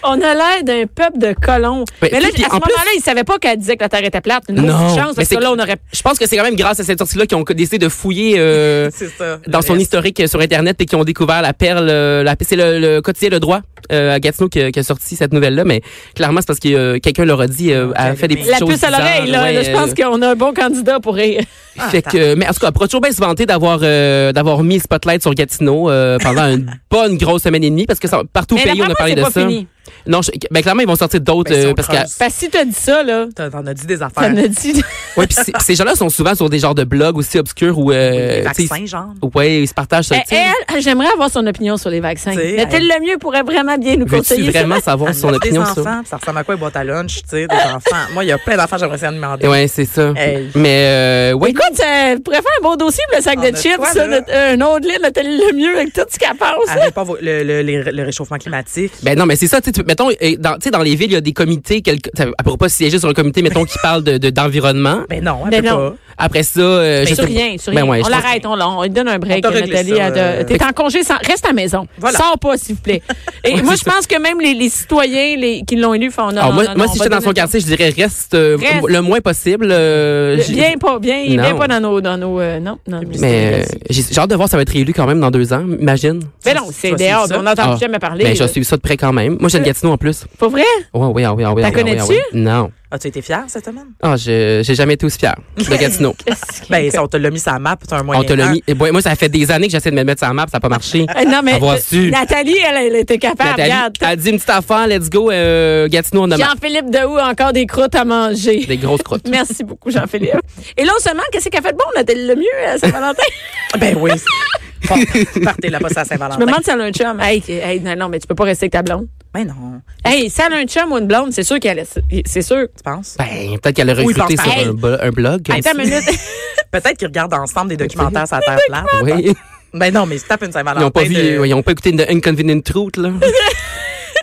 Speaker 1: On a l'air d'un peuple de colons.
Speaker 3: Ben,
Speaker 1: mais là, à
Speaker 3: puis,
Speaker 1: ce
Speaker 3: en plus-
Speaker 1: moment-là, ils ne savaient pas qu'elle disait que la Terre était plate. Une
Speaker 3: Non,
Speaker 1: autre chance,
Speaker 3: mais
Speaker 1: parce que
Speaker 3: c'est-
Speaker 1: là, on aurait...
Speaker 3: Je pense que c'est quand même grâce à cette sortie-là qu'ils ont décidé de fouiller euh,
Speaker 2: c'est ça.
Speaker 3: dans
Speaker 2: Le
Speaker 3: son
Speaker 2: reste.
Speaker 3: historique euh, sur Internet et qui ont découvert la perle, euh, la, c'est le, le quotidien Le Droit euh, à Gatineau qui, a- qui a sorti cette nouvelle-là, mais clairement, c'est parce que euh, quelqu'un leur a dit, euh, a fait des petites
Speaker 1: La
Speaker 3: choses
Speaker 1: puce à l'oreille,
Speaker 3: bizarres,
Speaker 1: là,
Speaker 3: ouais,
Speaker 1: là, je pense
Speaker 3: euh,
Speaker 1: qu'on a un bon candidat pour rire.
Speaker 2: Ah,
Speaker 3: fait que, mais en tout cas, elle pourra toujours bien se vanter d'avoir euh, d'avoir mis le spotlight sur Gatineau euh, pendant une bonne grosse semaine et demie parce que ça- partout au
Speaker 1: Mais
Speaker 3: pays on a
Speaker 1: l'appartement,
Speaker 3: parlé
Speaker 1: c'est
Speaker 3: de
Speaker 1: pas
Speaker 3: ça.
Speaker 1: fini.
Speaker 3: Non, je- ben clairement ils vont sortir d'autres
Speaker 2: Ben, si
Speaker 3: euh,
Speaker 2: on
Speaker 3: parce
Speaker 2: creuse.
Speaker 3: que
Speaker 1: Parce que si t'as dit ça, là,
Speaker 2: T'en t'en as dit des
Speaker 1: ça
Speaker 2: affaires.
Speaker 1: me dit...
Speaker 3: ouais, puis ces- ces gens-là sont souvent sur des genres de blogs aussi obscurs où euh,
Speaker 2: Les
Speaker 3: tu sais,
Speaker 2: vaccins, genre.
Speaker 3: ils- ouais, ils se partagent ça.
Speaker 1: Ben,
Speaker 3: tu sais.
Speaker 1: elle, j'aimerais avoir son opinion sur les vaccins.
Speaker 2: T'sais,
Speaker 1: Mais elle le mieux pourrait vraiment bien nous
Speaker 3: Veux-tu
Speaker 1: eh, conseiller ça.
Speaker 3: vraiment savoir son
Speaker 2: Elle a
Speaker 3: opinion
Speaker 2: des
Speaker 3: sur
Speaker 2: enfants, puis ça ressemble à quoi une boîte à lunch, tu sais, des enfants. Moi, il y a plein d'enfants, j'aimerais ça me demander.
Speaker 3: Eh Ouais, c'est ça.
Speaker 2: Hey.
Speaker 3: Mais euh, ouais,
Speaker 1: Écoute, ça pourrait faire un beau dossier pour le sac
Speaker 2: On
Speaker 1: de
Speaker 2: a
Speaker 1: chips,
Speaker 2: quoi,
Speaker 1: ça,
Speaker 2: là?
Speaker 1: notre- un autre lit, t'as le mieux avec tout ce qu'elle pense.
Speaker 2: Elle répond au- le, le, les- le réchauffement climatique.
Speaker 3: Ben non, mais c'est ça. tu sais, tu- mettons, euh, dans, tu sais, dans les villes, il y a des comités. Quelque, ça- elle pourra pas siéger sur un comité, mettons, qui parle de de- d'environnement.
Speaker 2: Ben non, elle
Speaker 1: Ben
Speaker 2: peut
Speaker 1: non.
Speaker 2: pas.
Speaker 3: Après ça, euh, je
Speaker 1: sur
Speaker 3: sais-
Speaker 1: rien, sur
Speaker 3: Ben
Speaker 1: rien.
Speaker 3: ouais, je
Speaker 1: on
Speaker 3: pense-
Speaker 1: l'arrête, on, l'a- on lui donne un break,
Speaker 2: On t'a réglé
Speaker 1: Nathalie.
Speaker 2: ça,
Speaker 1: elle, euh,
Speaker 2: euh,
Speaker 1: T'es en congé, sans, reste à la maison.
Speaker 2: Voilà.
Speaker 1: Sors pas, s'il vous plaît. Et moi, je pense que même les, les citoyens les- qui l'ont élu font non,
Speaker 3: Alors,
Speaker 1: non,
Speaker 3: moi,
Speaker 1: non, non,
Speaker 3: moi, si
Speaker 1: on va
Speaker 3: j'étais dans son
Speaker 1: donner-
Speaker 3: quartier, je dirais reste, euh,
Speaker 1: Reste.
Speaker 3: le moins possible. euh, j'ai-
Speaker 1: Viens pas, viens, viens
Speaker 3: Non.
Speaker 1: pas dans nos. Dans nos euh, non, dans nos-
Speaker 3: Mais euh, j'ai j'ai hâte de voir, ça va être élu quand même dans deux ans, imagine.
Speaker 1: Mais non, c'est
Speaker 2: Toi, c'est
Speaker 1: dehors,
Speaker 2: ça.
Speaker 1: on n'entend
Speaker 3: Ah.
Speaker 1: plus jamais parler.
Speaker 3: Ben, j'ai
Speaker 1: là.
Speaker 3: suivi ça de près quand même. Moi, j'ai une Gatineau en plus.
Speaker 1: Pas vrai?
Speaker 3: Oui, oui, oui, oui.
Speaker 1: La connais-tu?
Speaker 3: Non.
Speaker 2: As-tu été fière cette semaine?
Speaker 3: Ah, je- j'ai jamais été aussi fière de Gatineau.
Speaker 1: Qu'est-ce que-
Speaker 2: Ben, ça, on te l'a mis sur la map, t'as un moyen.
Speaker 3: On te l'a
Speaker 2: temps.
Speaker 3: mis. et ouais, moi, ça fait des années que j'essaie de me mettre sur la map, ça n'a pas marché.
Speaker 1: Eh, non, mais
Speaker 3: Avoir su.
Speaker 1: Nathalie, elle, elle était capable.
Speaker 3: Nathalie,
Speaker 1: Regarde.
Speaker 3: elle dit une petite affaire, let's go, euh, Gatineau, on a marre.
Speaker 1: Jean-Philippe Dehou a encore des croûtes à manger.
Speaker 3: des grosses crottes.
Speaker 1: Merci beaucoup, Jean-Philippe. Et là, on se demande qu'est-ce qu'elle a fait de bon, Nathalie Lemieux, euh, à Saint-Valentin.
Speaker 2: Ben oui. Bon, partez-la pas, c'est
Speaker 1: Je
Speaker 2: à
Speaker 1: me
Speaker 2: Saint-Valentin.
Speaker 1: demande si elle a un chum. Hey, que- hey, non, non, mais tu peux pas rester avec ta blonde.
Speaker 2: Ben non,
Speaker 1: Hey, si elle a un chum ou une blonde, c'est sûr qu'elle est. C'est sûr.
Speaker 2: tu penses?
Speaker 3: Ben, peut-être qu'elle a
Speaker 2: Oui,
Speaker 3: recruté
Speaker 2: pense-
Speaker 3: sur
Speaker 2: Hey.
Speaker 3: un, bo- un blog.
Speaker 1: Attends une minute.
Speaker 2: Peut-être qu'ils regardent ensemble des documentaires sur la Terre plate.
Speaker 3: Oui.
Speaker 2: Ben non, mais ils se tapent une Saint-Valentin.
Speaker 3: Ils n'ont pas vu,
Speaker 2: de-
Speaker 3: ils n'ont pas écouté une Inconvenient Truth, là.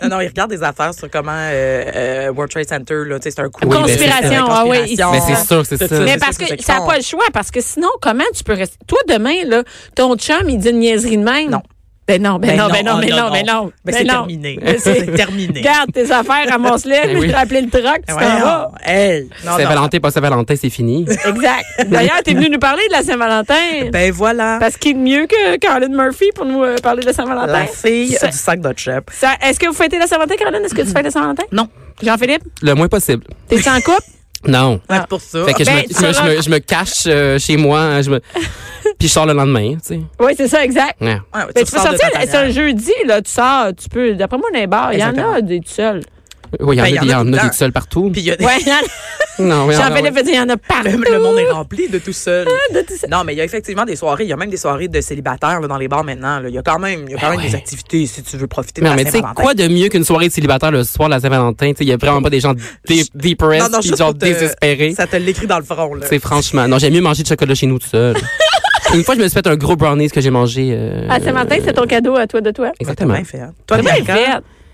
Speaker 2: Non, non, ils regardent des affaires sur comment euh, euh, World Trade Center, là, tu sais, c'est un coup.
Speaker 3: Oui, ben, c'est ça.
Speaker 1: Conspiration, ah oui, ils-
Speaker 3: Mais c'est sûr, c'est
Speaker 2: Tout
Speaker 3: ça.
Speaker 1: mais
Speaker 2: c'est
Speaker 1: parce
Speaker 2: ça, c'est
Speaker 1: que
Speaker 2: qu'ils
Speaker 1: ça n'a
Speaker 2: font.
Speaker 1: pas le choix, parce que sinon, comment tu peux rester. Toi, demain, là, ton chum, il dit une niaiserie de même.
Speaker 2: Non.
Speaker 1: Ben non, ben, non, ben non,
Speaker 2: ah,
Speaker 1: ben non, ben non.
Speaker 2: Ben, c'est terminé. C'est terminé.
Speaker 1: Garde tes affaires, ramasse-les,
Speaker 3: Ben oui.
Speaker 1: puis je te rappelle le truc, tu t'en
Speaker 2: Voyons.
Speaker 1: vas.
Speaker 2: Hey, non, non.
Speaker 3: Saint-Valentin, pas Saint-Valentin, c'est fini.
Speaker 1: Exact. D'ailleurs, t'es venu nous parler de la Saint-Valentin.
Speaker 2: Ben voilà.
Speaker 1: parce qu'il est mieux que Caroline Murphy pour nous euh, parler de la Saint-Valentin.
Speaker 2: La fille
Speaker 1: Ça-
Speaker 2: du sac de chips.
Speaker 1: ça- Est-ce que vous fêtez la Saint-Valentin, Caroline? Est-ce que tu fêtes la Saint-Valentin?
Speaker 2: Non.
Speaker 1: Jean-Philippe,
Speaker 3: Le moins possible.
Speaker 1: t'es en couple?
Speaker 3: Non.
Speaker 1: Ah.
Speaker 2: pour ça.
Speaker 3: Fait que je,
Speaker 1: ben,
Speaker 3: me, je, me,
Speaker 1: ça
Speaker 3: je,
Speaker 1: va.
Speaker 3: me, je me cache euh, chez moi, hein, je me... puis je sors le lendemain, tu sais.
Speaker 1: Oui, c'est ça, exact.
Speaker 3: Ouais.
Speaker 2: Ouais,
Speaker 1: Mais
Speaker 2: tu
Speaker 1: Ben, tu peux
Speaker 2: ressors de
Speaker 1: sortir,
Speaker 2: ta
Speaker 1: c'est un
Speaker 2: tanière.
Speaker 1: jeudi, là, tu sors, tu peux. D'après moi, dans les bars, il y en a
Speaker 2: Exactement.
Speaker 1: des tout seuls.
Speaker 3: Oui, il y
Speaker 2: Ben,
Speaker 3: en a,
Speaker 2: il y en a
Speaker 3: il y en
Speaker 2: tout le
Speaker 3: a
Speaker 2: temps.
Speaker 3: des seuls partout.
Speaker 2: Puis il y a des-
Speaker 1: Ouais, il y en a.
Speaker 3: non, oui, ah, il y en a,
Speaker 1: Jean-Philippe
Speaker 3: ouais.
Speaker 1: veut dire, il y en a partout.
Speaker 2: le, le monde est rempli de tout seul.
Speaker 1: tout
Speaker 2: Non, mais il y a effectivement des soirées. Il y a même des soirées de célibataires là, dans les bars maintenant. là. Il y a quand même, il y a quand
Speaker 1: Ah
Speaker 2: même
Speaker 3: ouais.
Speaker 2: des activités si tu veux profiter
Speaker 3: Non,
Speaker 2: de
Speaker 3: mais
Speaker 2: la
Speaker 3: tu sais,
Speaker 2: Saint-Valentin.
Speaker 3: quoi de mieux qu'une soirée de célibataire le soir de la Saint-Valentin? Tu sais, il y a vraiment pas des gens dé-
Speaker 2: Non,
Speaker 3: depressed
Speaker 2: non,
Speaker 3: puis
Speaker 2: juste
Speaker 3: genre
Speaker 2: pour te-
Speaker 3: désespérés.
Speaker 2: Ça te l'écrit dans le front. Là.
Speaker 3: Tu sais, Euh, franchement. Non, j'aime mieux manger du chocolat chez nous tout seul. Une fois, je me suis fait un gros brownies que j'ai mangé. euh,
Speaker 1: À Saint-Valentin, Ah, c'est ton cadeau à toi de toi.
Speaker 2: T'as
Speaker 3: Exactement.
Speaker 2: bien fait. hein. Toi,
Speaker 1: C'est bien
Speaker 2: Bianca,
Speaker 1: fait.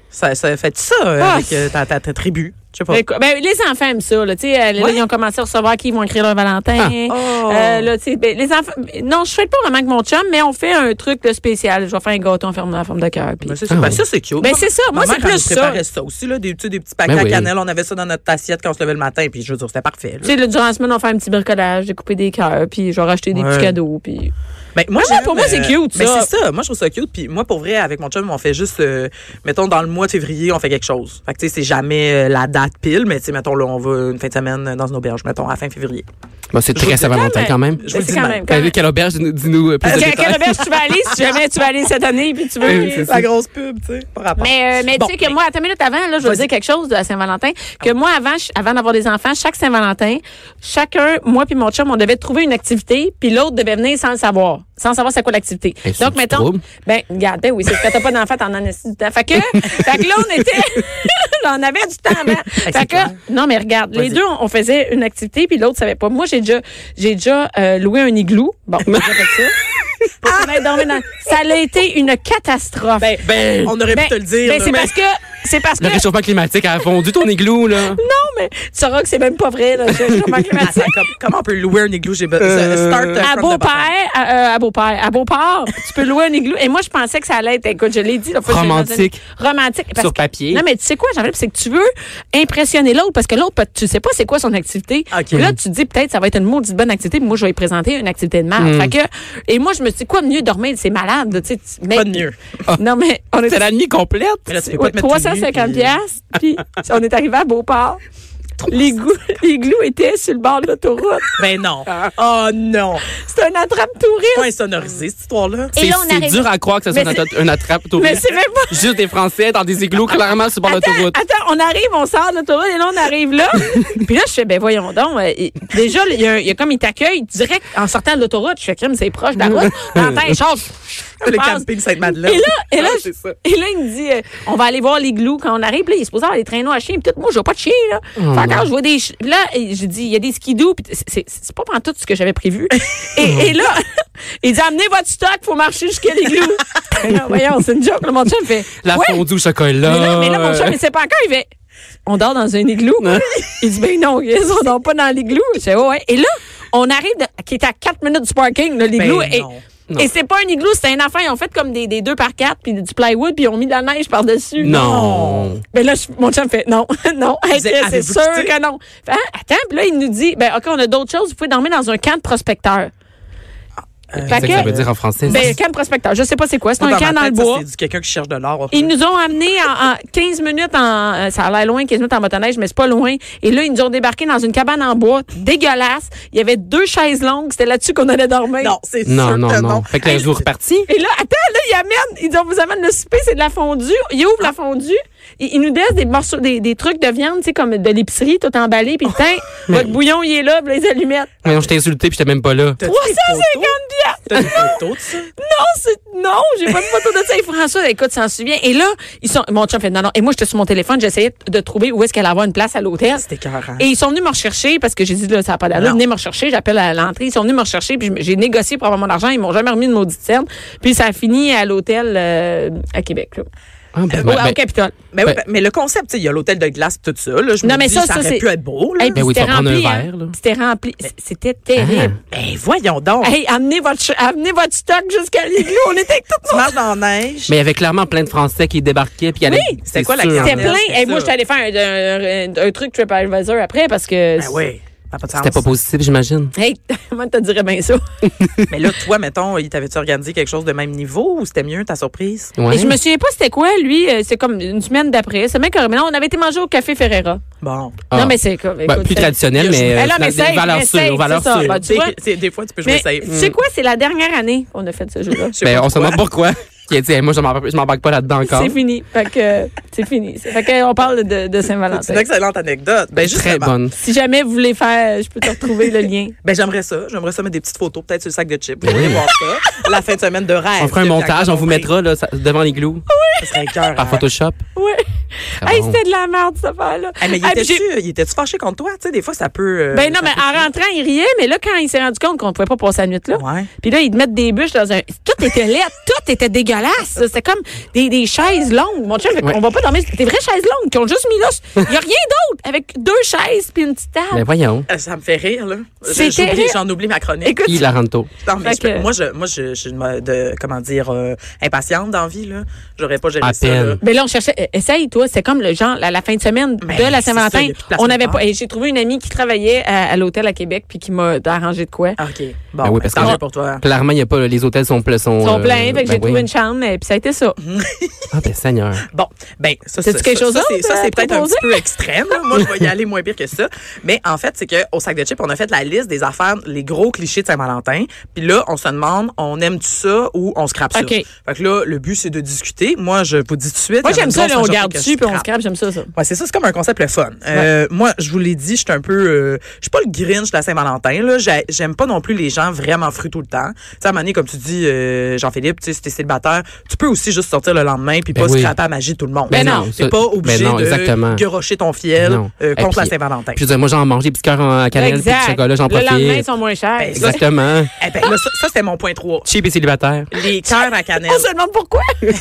Speaker 2: ça, ça fait ça euh,
Speaker 1: Ah,
Speaker 2: avec euh, ta, ta- ta tribu. Je sais pas.
Speaker 1: Ben, écoute, ben, les enfants aiment ça. Là, tu sais, euh, là,
Speaker 2: Ouais.
Speaker 1: ils ont commencé à recevoir qu'ils vont écrire leur Valentin.
Speaker 2: Oh.
Speaker 1: Euh, là, tu sais, ben, les enfants, non, je fais pas vraiment avec mon chum, mais on fait un truc là, spécial. Je vais faire un gâteau en forme, en forme de cœur. puis-
Speaker 2: Ben, c'est ça.
Speaker 3: Ah
Speaker 2: Ben,
Speaker 3: oui.
Speaker 2: ça, c'est cute.
Speaker 1: Ben, c'est ça. Moi,
Speaker 2: Ma
Speaker 1: c'est
Speaker 2: mère, elle
Speaker 1: plus
Speaker 2: nous
Speaker 1: ça.
Speaker 2: préparait ça aussi, là, des, tu sais, des petits paquets
Speaker 3: Ben
Speaker 2: à
Speaker 3: oui.
Speaker 2: cannelle. On avait ça dans notre assiette quand on se levait le matin. Puis, je veux dire, c'était
Speaker 1: Tu
Speaker 2: parfait. là.
Speaker 1: sais, le- durant la semaine, on fait un petit bricolage, découper des cœurs, puis je vais racheter des
Speaker 2: Ouais.
Speaker 1: petits cadeaux. Puis...
Speaker 2: Ben, moi,
Speaker 1: Ah ouais,
Speaker 2: j'aime,
Speaker 1: pour moi, c'est cute,
Speaker 2: ben,
Speaker 1: ça.
Speaker 2: c'est ça. Moi, je trouve ça cute. Puis, moi, pour vrai, avec mon chum, on fait juste, euh, mettons, dans le mois de février, on fait quelque chose. Fait que, tu sais, c'est jamais euh, la date pile, mais, tu sais, mettons, là, on va une fin de semaine dans une auberge, mettons, à la fin février.
Speaker 3: Bon, c'est très Saint-Valentin quand même.
Speaker 2: Je
Speaker 1: Ben,
Speaker 2: vous
Speaker 1: c'est
Speaker 2: dis
Speaker 1: quand
Speaker 2: de
Speaker 1: même.
Speaker 3: Euh,
Speaker 1: Quand même.
Speaker 3: Quelle auberge, dis- dis-nous euh, plus de
Speaker 1: Quelle
Speaker 3: détails.
Speaker 1: quelle auberge tu vas aller si jamais tu vas aller cette année puis tu veux.
Speaker 3: Oui, c'est ça.
Speaker 2: La grosse pub, tu sais, par rapport.
Speaker 1: Mais, euh, mais
Speaker 2: Bon,
Speaker 1: tu sais que moi, attends une minute avant, là, je veux
Speaker 2: Vas-y.
Speaker 1: dire quelque chose de la Saint-Valentin. Que moi, avant, je- avant d'avoir des enfants, chaque Saint-Valentin, chacun, moi puis mon chum, on devait trouver une activité, puis l'autre devait venir sans le savoir. Sans savoir c'est quoi l'activité.
Speaker 3: Et c'est
Speaker 1: Donc,
Speaker 3: du
Speaker 1: mettons.
Speaker 3: trouble.
Speaker 1: Ben, regarde, ben oui, c'est quand t'as pas d'enfant, t'en as du temps. Fait que, fait que là, on était. là, on avait du temps avant.
Speaker 2: c'est
Speaker 1: Fait
Speaker 2: clair.
Speaker 1: que, non, mais regarde, les
Speaker 2: Vas-y.
Speaker 1: deux, on faisait une activité, puis l'autre savait pas. Moi, j'ai déjà, j'ai déjà euh, loué un igloo. Bon, j'ai déjà fait ça. Pour qu'on aille dormir dans- Ça a été une catastrophe.
Speaker 2: Ben, on aurait
Speaker 1: Ben,
Speaker 2: pu te le dire.
Speaker 1: ben,
Speaker 2: là.
Speaker 1: c'est
Speaker 2: Mais-
Speaker 1: parce que c'est parce
Speaker 3: Le
Speaker 1: que
Speaker 3: réchauffement climatique a fondu ton igloo, là.
Speaker 1: non mais tu sauras que c'est même pas vrai là, le réchauffement climatique.
Speaker 2: Attends, Ah, comme- comment on peut louer un igloo? J'ai be- start euh,
Speaker 1: À
Speaker 2: from the bottom.
Speaker 1: Beaupère, à, euh, à Beaupère, à Beauport, tu peux louer un igloo. Et moi, je pensais que ça allait être, écoute, je l'ai dit, la fois que je l'ai
Speaker 3: Romantique.
Speaker 1: mentionné. romantique. parce
Speaker 3: Sur
Speaker 1: que-
Speaker 3: papier.
Speaker 1: non, mais tu sais quoi, j'en veux dire, c'est que tu veux impressionner l'autre, parce que l'autre, peut- tu sais pas c'est quoi son activité.
Speaker 2: OK.
Speaker 1: Là, tu te dis, peut-être, ça va être une maudite bonne activité, mais moi, je vais lui présenter une activité de
Speaker 3: Hmm.
Speaker 1: merde. Fait que, et moi, je me suis dit, quoi de mieux dormir, c'est malade, là, tu sais. tu- mais-
Speaker 2: Pas de mieux.
Speaker 1: Non, mais, on est
Speaker 3: C'est la nuit complète.
Speaker 2: Mais là, tu peux pas
Speaker 1: Ouais,
Speaker 2: te mettre tout nu,
Speaker 1: 350
Speaker 2: puis- euh,
Speaker 1: piastres, puis on est arrivé à Beauport. L'igloo l'igloo était sur le bord de l'autoroute.
Speaker 2: Ben non. Oh non.
Speaker 1: C'est un attrape
Speaker 2: Pas
Speaker 1: touriste.
Speaker 2: insonorisé, cette histoire-là.
Speaker 1: Et
Speaker 3: C'est
Speaker 1: là, on
Speaker 3: c'est
Speaker 1: arrive-
Speaker 3: dur à croire que ça soit
Speaker 1: Mais
Speaker 3: une atta- une attrape
Speaker 1: Mais
Speaker 3: touriste.
Speaker 1: c'est même pas
Speaker 3: Juste des Français dans des igloos, clairement, sur le bord de
Speaker 1: Attends,
Speaker 3: l'autoroute.
Speaker 1: attends, on arrive, on sort de l'autoroute et là, on arrive là. puis là, je fais, ben voyons donc. euh, et- déjà, il y, a un- il y a comme, il t'accueille direct en sortant de l'autoroute. Je fais, crime, c'est proche de la route. T'entends, les choses.
Speaker 2: Le
Speaker 1: passe.
Speaker 2: camping Sainte-Madeleine.
Speaker 1: Et là, et là,
Speaker 2: Ah,
Speaker 1: je-
Speaker 2: c'est ça.
Speaker 1: et là, il me dit, euh, on va aller voir l'igloo quand on arrive. Puis Là, il est supposé avoir des traîneaux à chien. Puis tout, moi, je vois pas de chien, là. Fait que quand je vois des chi- puis Là, et j'ai dit, il y a des skidoo. Puis c'est- c'est c'est pas pendant tout ce que j'avais prévu. et, et là, il dit, amenez votre stock, faut marcher jusqu'à l'igloo. Mais là, voyons, c'est une joke. Là, mon chum fait,
Speaker 3: La
Speaker 1: ah, ouais.
Speaker 3: fondue au chocolat.
Speaker 1: Mais
Speaker 2: Ah,
Speaker 1: là, mais là, mon chum, il sait pas encore. Il fait, on dort dans un igloo. il dit, ben non, Chris, on dort pas dans l'igloo. Je fais, ouais, ouais. Et là, on arrive, de- qui est à 4 minutes du parking, là, l'igloo.
Speaker 2: Ben
Speaker 1: et,
Speaker 2: non.
Speaker 3: Non.
Speaker 1: et c'est pas un igloo, c'est un affaire. Ils ont fait comme des, des deux par quatre, puis du plywood, puis ils ont mis de la neige par-dessus.
Speaker 3: Non.
Speaker 1: Mais là, je- mon chum fait non, non, hey,
Speaker 2: êtes-
Speaker 1: c'est
Speaker 2: avez-vous
Speaker 1: sûr
Speaker 2: quitté?
Speaker 1: que non. Fait, hein, attends, puis là, il nous dit, ben, OK, on a d'autres choses, vous pouvez dormir dans un camp de prospecteurs.
Speaker 3: C'est
Speaker 1: Fait
Speaker 2: Ah, euh,
Speaker 3: ça que ça veut
Speaker 1: que,
Speaker 3: dire en français.
Speaker 1: ben, camp de prospecteurs, je sais pas c'est quoi, c'est
Speaker 2: Moi,
Speaker 1: un
Speaker 2: ma
Speaker 1: camp dans le
Speaker 2: tête, ça,
Speaker 1: bois.
Speaker 2: C'est du quelqu'un qui cherche de l'or.
Speaker 1: Ils nous ont amenés en, en 15 minutes en. euh, Ça a l'air loin, 15 minutes en motoneige, mais c'est pas loin. Et là, ils nous ont débarqué dans une cabane en bois dégueulasse. Il y avait deux chaises longues. C'était là-dessus qu'on allait dormir.
Speaker 2: Non, c'est sûr
Speaker 3: non,
Speaker 2: que
Speaker 3: non, non. Fait que là,
Speaker 2: Hey,
Speaker 3: je vous repartis.
Speaker 1: Et là, attends, là, ils amènent. Ils disent, on vous amène le souper, c'est de la fondue. Ils ouvrent la fondue. Ils, ils nous laissent des morceaux, des, des trucs de viande, tu sais, comme de l'épicerie, tout emballé. Puis, tiens, votre bouillon, il est là, puis les allumettes.
Speaker 3: Mais non, je t'ai insulté puis j'étais même pas là. Ah,
Speaker 2: t'as-tu
Speaker 3: ben,
Speaker 2: des
Speaker 1: 350
Speaker 2: photos?
Speaker 1: piastres!
Speaker 2: T'as des photos de ça?
Speaker 1: Non, c'est, non, j'ai pas de photo de ça. Et François, écoute, s'en souvient. Et là, ils sont, mon chum fait, non, non. Et moi, j'étais sur mon téléphone, j'essayais de trouver où est-ce qu'elle allait avoir une place à l'hôtel.
Speaker 2: C'était écœurant.
Speaker 1: Et ils sont venus me rechercher parce que j'ai dit, là, ça n'a pas d'allure.
Speaker 2: Non.
Speaker 1: Venez me rechercher, j'appelle à l'entrée. Ils sont venus me rechercher, puis je- j'ai négocié pour avoir mon argent. Ils m'ont jamais remis de maudite scène. Puis ça a fini à l'hôtel euh, à Québec, là.
Speaker 3: Ah,
Speaker 2: Euh,
Speaker 3: ben,
Speaker 1: Au-
Speaker 3: ben, ben,
Speaker 1: au Capitole.
Speaker 2: Mais, oui,
Speaker 3: Ben-
Speaker 2: mais le concept, tu sais, il y a l'hôtel de glace, tout ça. Là, je me
Speaker 1: Non, mais
Speaker 2: dis,
Speaker 1: ça, ça,
Speaker 2: aurait
Speaker 1: c'est-
Speaker 2: pu être beau. Là.
Speaker 1: Hey, puis
Speaker 3: Ben oui,
Speaker 1: c'était
Speaker 3: faut prendre un
Speaker 1: rempli, hein.
Speaker 3: verre, là. Ah.
Speaker 1: C'était rempli. C- C'était terrible.
Speaker 2: Ben, voyons donc.
Speaker 1: Hey, amenez votre, ch- amenez votre stock jusqu'à l'igloo. On était avec tout
Speaker 2: Tu marches dans la neige.
Speaker 3: mais il y avait clairement plein de Français qui débarquaient puis allaient.
Speaker 1: Oui,
Speaker 2: c'était quoi la
Speaker 3: sûr.
Speaker 1: C'était
Speaker 2: clientèle?
Speaker 1: plein.
Speaker 2: c'était
Speaker 1: Hey, moi,
Speaker 2: ça.
Speaker 1: j'étais allée faire un, un- un truc TripAdvisor après parce que.
Speaker 2: Ben oui. ça n'a pas de sens.
Speaker 3: C'était pas possible, j'imagine.
Speaker 1: Hey, comment te dirais bien ça?
Speaker 2: Mais là, toi, mettons, il t'avait-tu organisé quelque chose de même niveau ou c'était mieux, ta surprise?
Speaker 3: Ouais.
Speaker 1: Et je me souviens pas c'était quoi, lui. euh, C'est comme une semaine d'après. C'est même correct. Mais non, on avait été manger au Café Ferrera.
Speaker 2: Bon.
Speaker 3: Ah.
Speaker 1: Non, mais c'est comme.
Speaker 3: Ben,
Speaker 1: écoute,
Speaker 3: plus
Speaker 1: c'est-
Speaker 3: traditionnel, mais,
Speaker 1: Ben là, mais
Speaker 3: euh,
Speaker 1: safe,
Speaker 3: valeur
Speaker 1: mais
Speaker 3: sûre,
Speaker 1: safe,
Speaker 3: valeur
Speaker 1: c'est ça.
Speaker 3: sûre.
Speaker 1: Ben, tu vois-
Speaker 2: C'est- Des fois, tu peux jouer
Speaker 1: Mais,
Speaker 2: safe.
Speaker 1: tu sais quoi, c'est la dernière année qu'on a fait ce jeu-là.
Speaker 2: Je sais
Speaker 3: Mm. Ben,
Speaker 2: pas
Speaker 3: on se
Speaker 2: pourquoi.
Speaker 3: demande pourquoi. Qui a dit, Hey, moi, je m'embarque- je m'embarque pas là-dedans encore.
Speaker 1: C'est fini. Fait que euh, c'est fini. Fait que euh, on parle de, de
Speaker 2: C'est une
Speaker 1: Saint-Valentin.
Speaker 2: excellente anecdote. Ben, justement,
Speaker 3: Très bonne.
Speaker 1: Si jamais vous voulez faire, je peux te retrouver le lien.
Speaker 2: Ben, j'aimerais ça. J'aimerais ça mettre des petites photos, peut-être sur le sac de chips. Vous allez voir ça. La fin de semaine de rêve.
Speaker 3: On fera un
Speaker 2: Depuis
Speaker 3: montage,
Speaker 2: la
Speaker 3: on vous mettra là, ça- devant l'igloo
Speaker 2: Ce serait écœurant.
Speaker 3: par Photoshop.
Speaker 1: Ouais.
Speaker 3: Ah
Speaker 1: Hey,
Speaker 3: bon.
Speaker 1: c'était de la merde, cette affaire-là.
Speaker 2: Hey, mais il
Speaker 1: Ah, puis j'ai-
Speaker 2: était-tu était fâché contre toi? Tu sais, des fois, ça peut. euh,
Speaker 1: ben non,
Speaker 2: ça
Speaker 1: mais en rentrant, il riait, mais là, quand il s'est rendu compte qu'on pouvait pas passer la nuit là,
Speaker 2: Ouais.
Speaker 1: puis là, ils te mettent des bûches dans un. Tout était laid, tout couettes étaient dégueulasses. C'était comme des, des chaises longues. Mon chum, fait qu'on
Speaker 3: Ouais.
Speaker 1: va pas dormir. sur des vraies chaises longues qui ont juste mis là. Il y a rien d'autre avec deux chaises puis une petite
Speaker 3: Ben
Speaker 1: table.
Speaker 3: voyons.
Speaker 2: Euh, Ça me fait rire, là. Je-
Speaker 1: C'est
Speaker 2: j'oublie-
Speaker 1: terrible.
Speaker 2: J'en oublie ma chronique.
Speaker 1: Écoute,
Speaker 3: Il la rento.
Speaker 2: Non, mais
Speaker 1: Fait
Speaker 2: je peux-
Speaker 1: que-
Speaker 2: moi, je, moi, je, je suis de, ma- de- comment dire, euh, impatiente d'envie, là. J'aurais pas géré
Speaker 3: À
Speaker 2: ça,
Speaker 3: peine.
Speaker 2: là.
Speaker 1: Mais là, on cherchait. euh, Essaye, toi. C'est comme le genre, la, la fin de semaine
Speaker 2: Mais
Speaker 1: de la
Speaker 2: c'est ça,
Speaker 1: Saint-Valentin.
Speaker 2: y a plus de place
Speaker 1: On avait
Speaker 2: nulle part.
Speaker 1: pas. et J'ai trouvé une amie qui travaillait à, à l'hôtel à Québec puis qui m'a arrangé de quoi.
Speaker 2: Ah, OK. Bon,
Speaker 3: Ben oui,
Speaker 2: oui,
Speaker 3: parce
Speaker 2: tant
Speaker 3: que-
Speaker 2: mieux pour toi.
Speaker 3: Clairement, il y a pas, les hôtels sont, ple- sont,
Speaker 1: Ils sont
Speaker 3: euh,
Speaker 1: pleins, fait que
Speaker 3: ben
Speaker 1: j'ai
Speaker 3: oui.
Speaker 1: trouvé une chambre, mais puis ça a été ça.
Speaker 3: Ah, ben, Seigneur.
Speaker 2: Bon, ben ça
Speaker 1: T'as-tu
Speaker 2: ça-
Speaker 1: quelque
Speaker 2: ça-
Speaker 1: chose
Speaker 2: ça,
Speaker 1: d'autre
Speaker 2: c'est- ça,
Speaker 1: à
Speaker 2: c'est peut-être un
Speaker 1: proposer?
Speaker 2: petit peu extrême. là. Moi, je vais y aller moins pire que ça. Mais en fait, c'est que au sac de chips, on a fait la liste des affaires, les gros clichés de Saint-Valentin. Puis là, on se demande, on aime tu ça ou on scrape ça.
Speaker 1: OK.
Speaker 2: Fait que là, le but c'est de discuter. Moi, je vous dis tout de suite.
Speaker 1: Moi,
Speaker 2: il y en
Speaker 1: j'aime
Speaker 2: a une
Speaker 1: ça,
Speaker 2: grosse
Speaker 1: là, on
Speaker 2: majorité
Speaker 1: garde
Speaker 2: que je
Speaker 1: dessus puis on
Speaker 2: scrape.
Speaker 1: se crabe, j'aime ça, ça.
Speaker 2: Ouais, c'est ça, c'est comme un concept le fun. Euh, Moi, je vous l'ai dit, je suis un peu, euh, je suis pas le Grinch de la Saint-Valentin. Là, J'ai- j'aime pas non plus les gens vraiment fruits tout le temps. Tu sais, à un moment donné, comme tu dis, euh, Jean-Philippe, tu sais, si t'es célibataire, tu peux aussi juste sortir le lendemain puis
Speaker 3: Ben
Speaker 2: pas
Speaker 3: oui.
Speaker 2: se craper à magie de tout le monde.
Speaker 1: Ben
Speaker 2: Tu sais,
Speaker 1: non,
Speaker 3: ça-
Speaker 2: t'es pas obligé
Speaker 3: ben non, exactement.
Speaker 2: de guerocher ton fiel
Speaker 3: Non.
Speaker 2: euh,
Speaker 3: Et
Speaker 2: contre la
Speaker 3: puis-
Speaker 2: Saint-Valentin.
Speaker 3: Puis, je veux dire, moi, j'en mange des petits cœurs en cannelle, puis du chocolat, j'en
Speaker 1: le lendemain, ils
Speaker 3: profite.
Speaker 1: sont moins chers.
Speaker 2: Ben, ça,
Speaker 3: Exactement.
Speaker 2: Eh ben, là, ça, ça, c'était mon point 3.
Speaker 3: Cheap et célibataire.
Speaker 2: Les cœurs à cannelle.
Speaker 1: on se demande pourquoi. T'as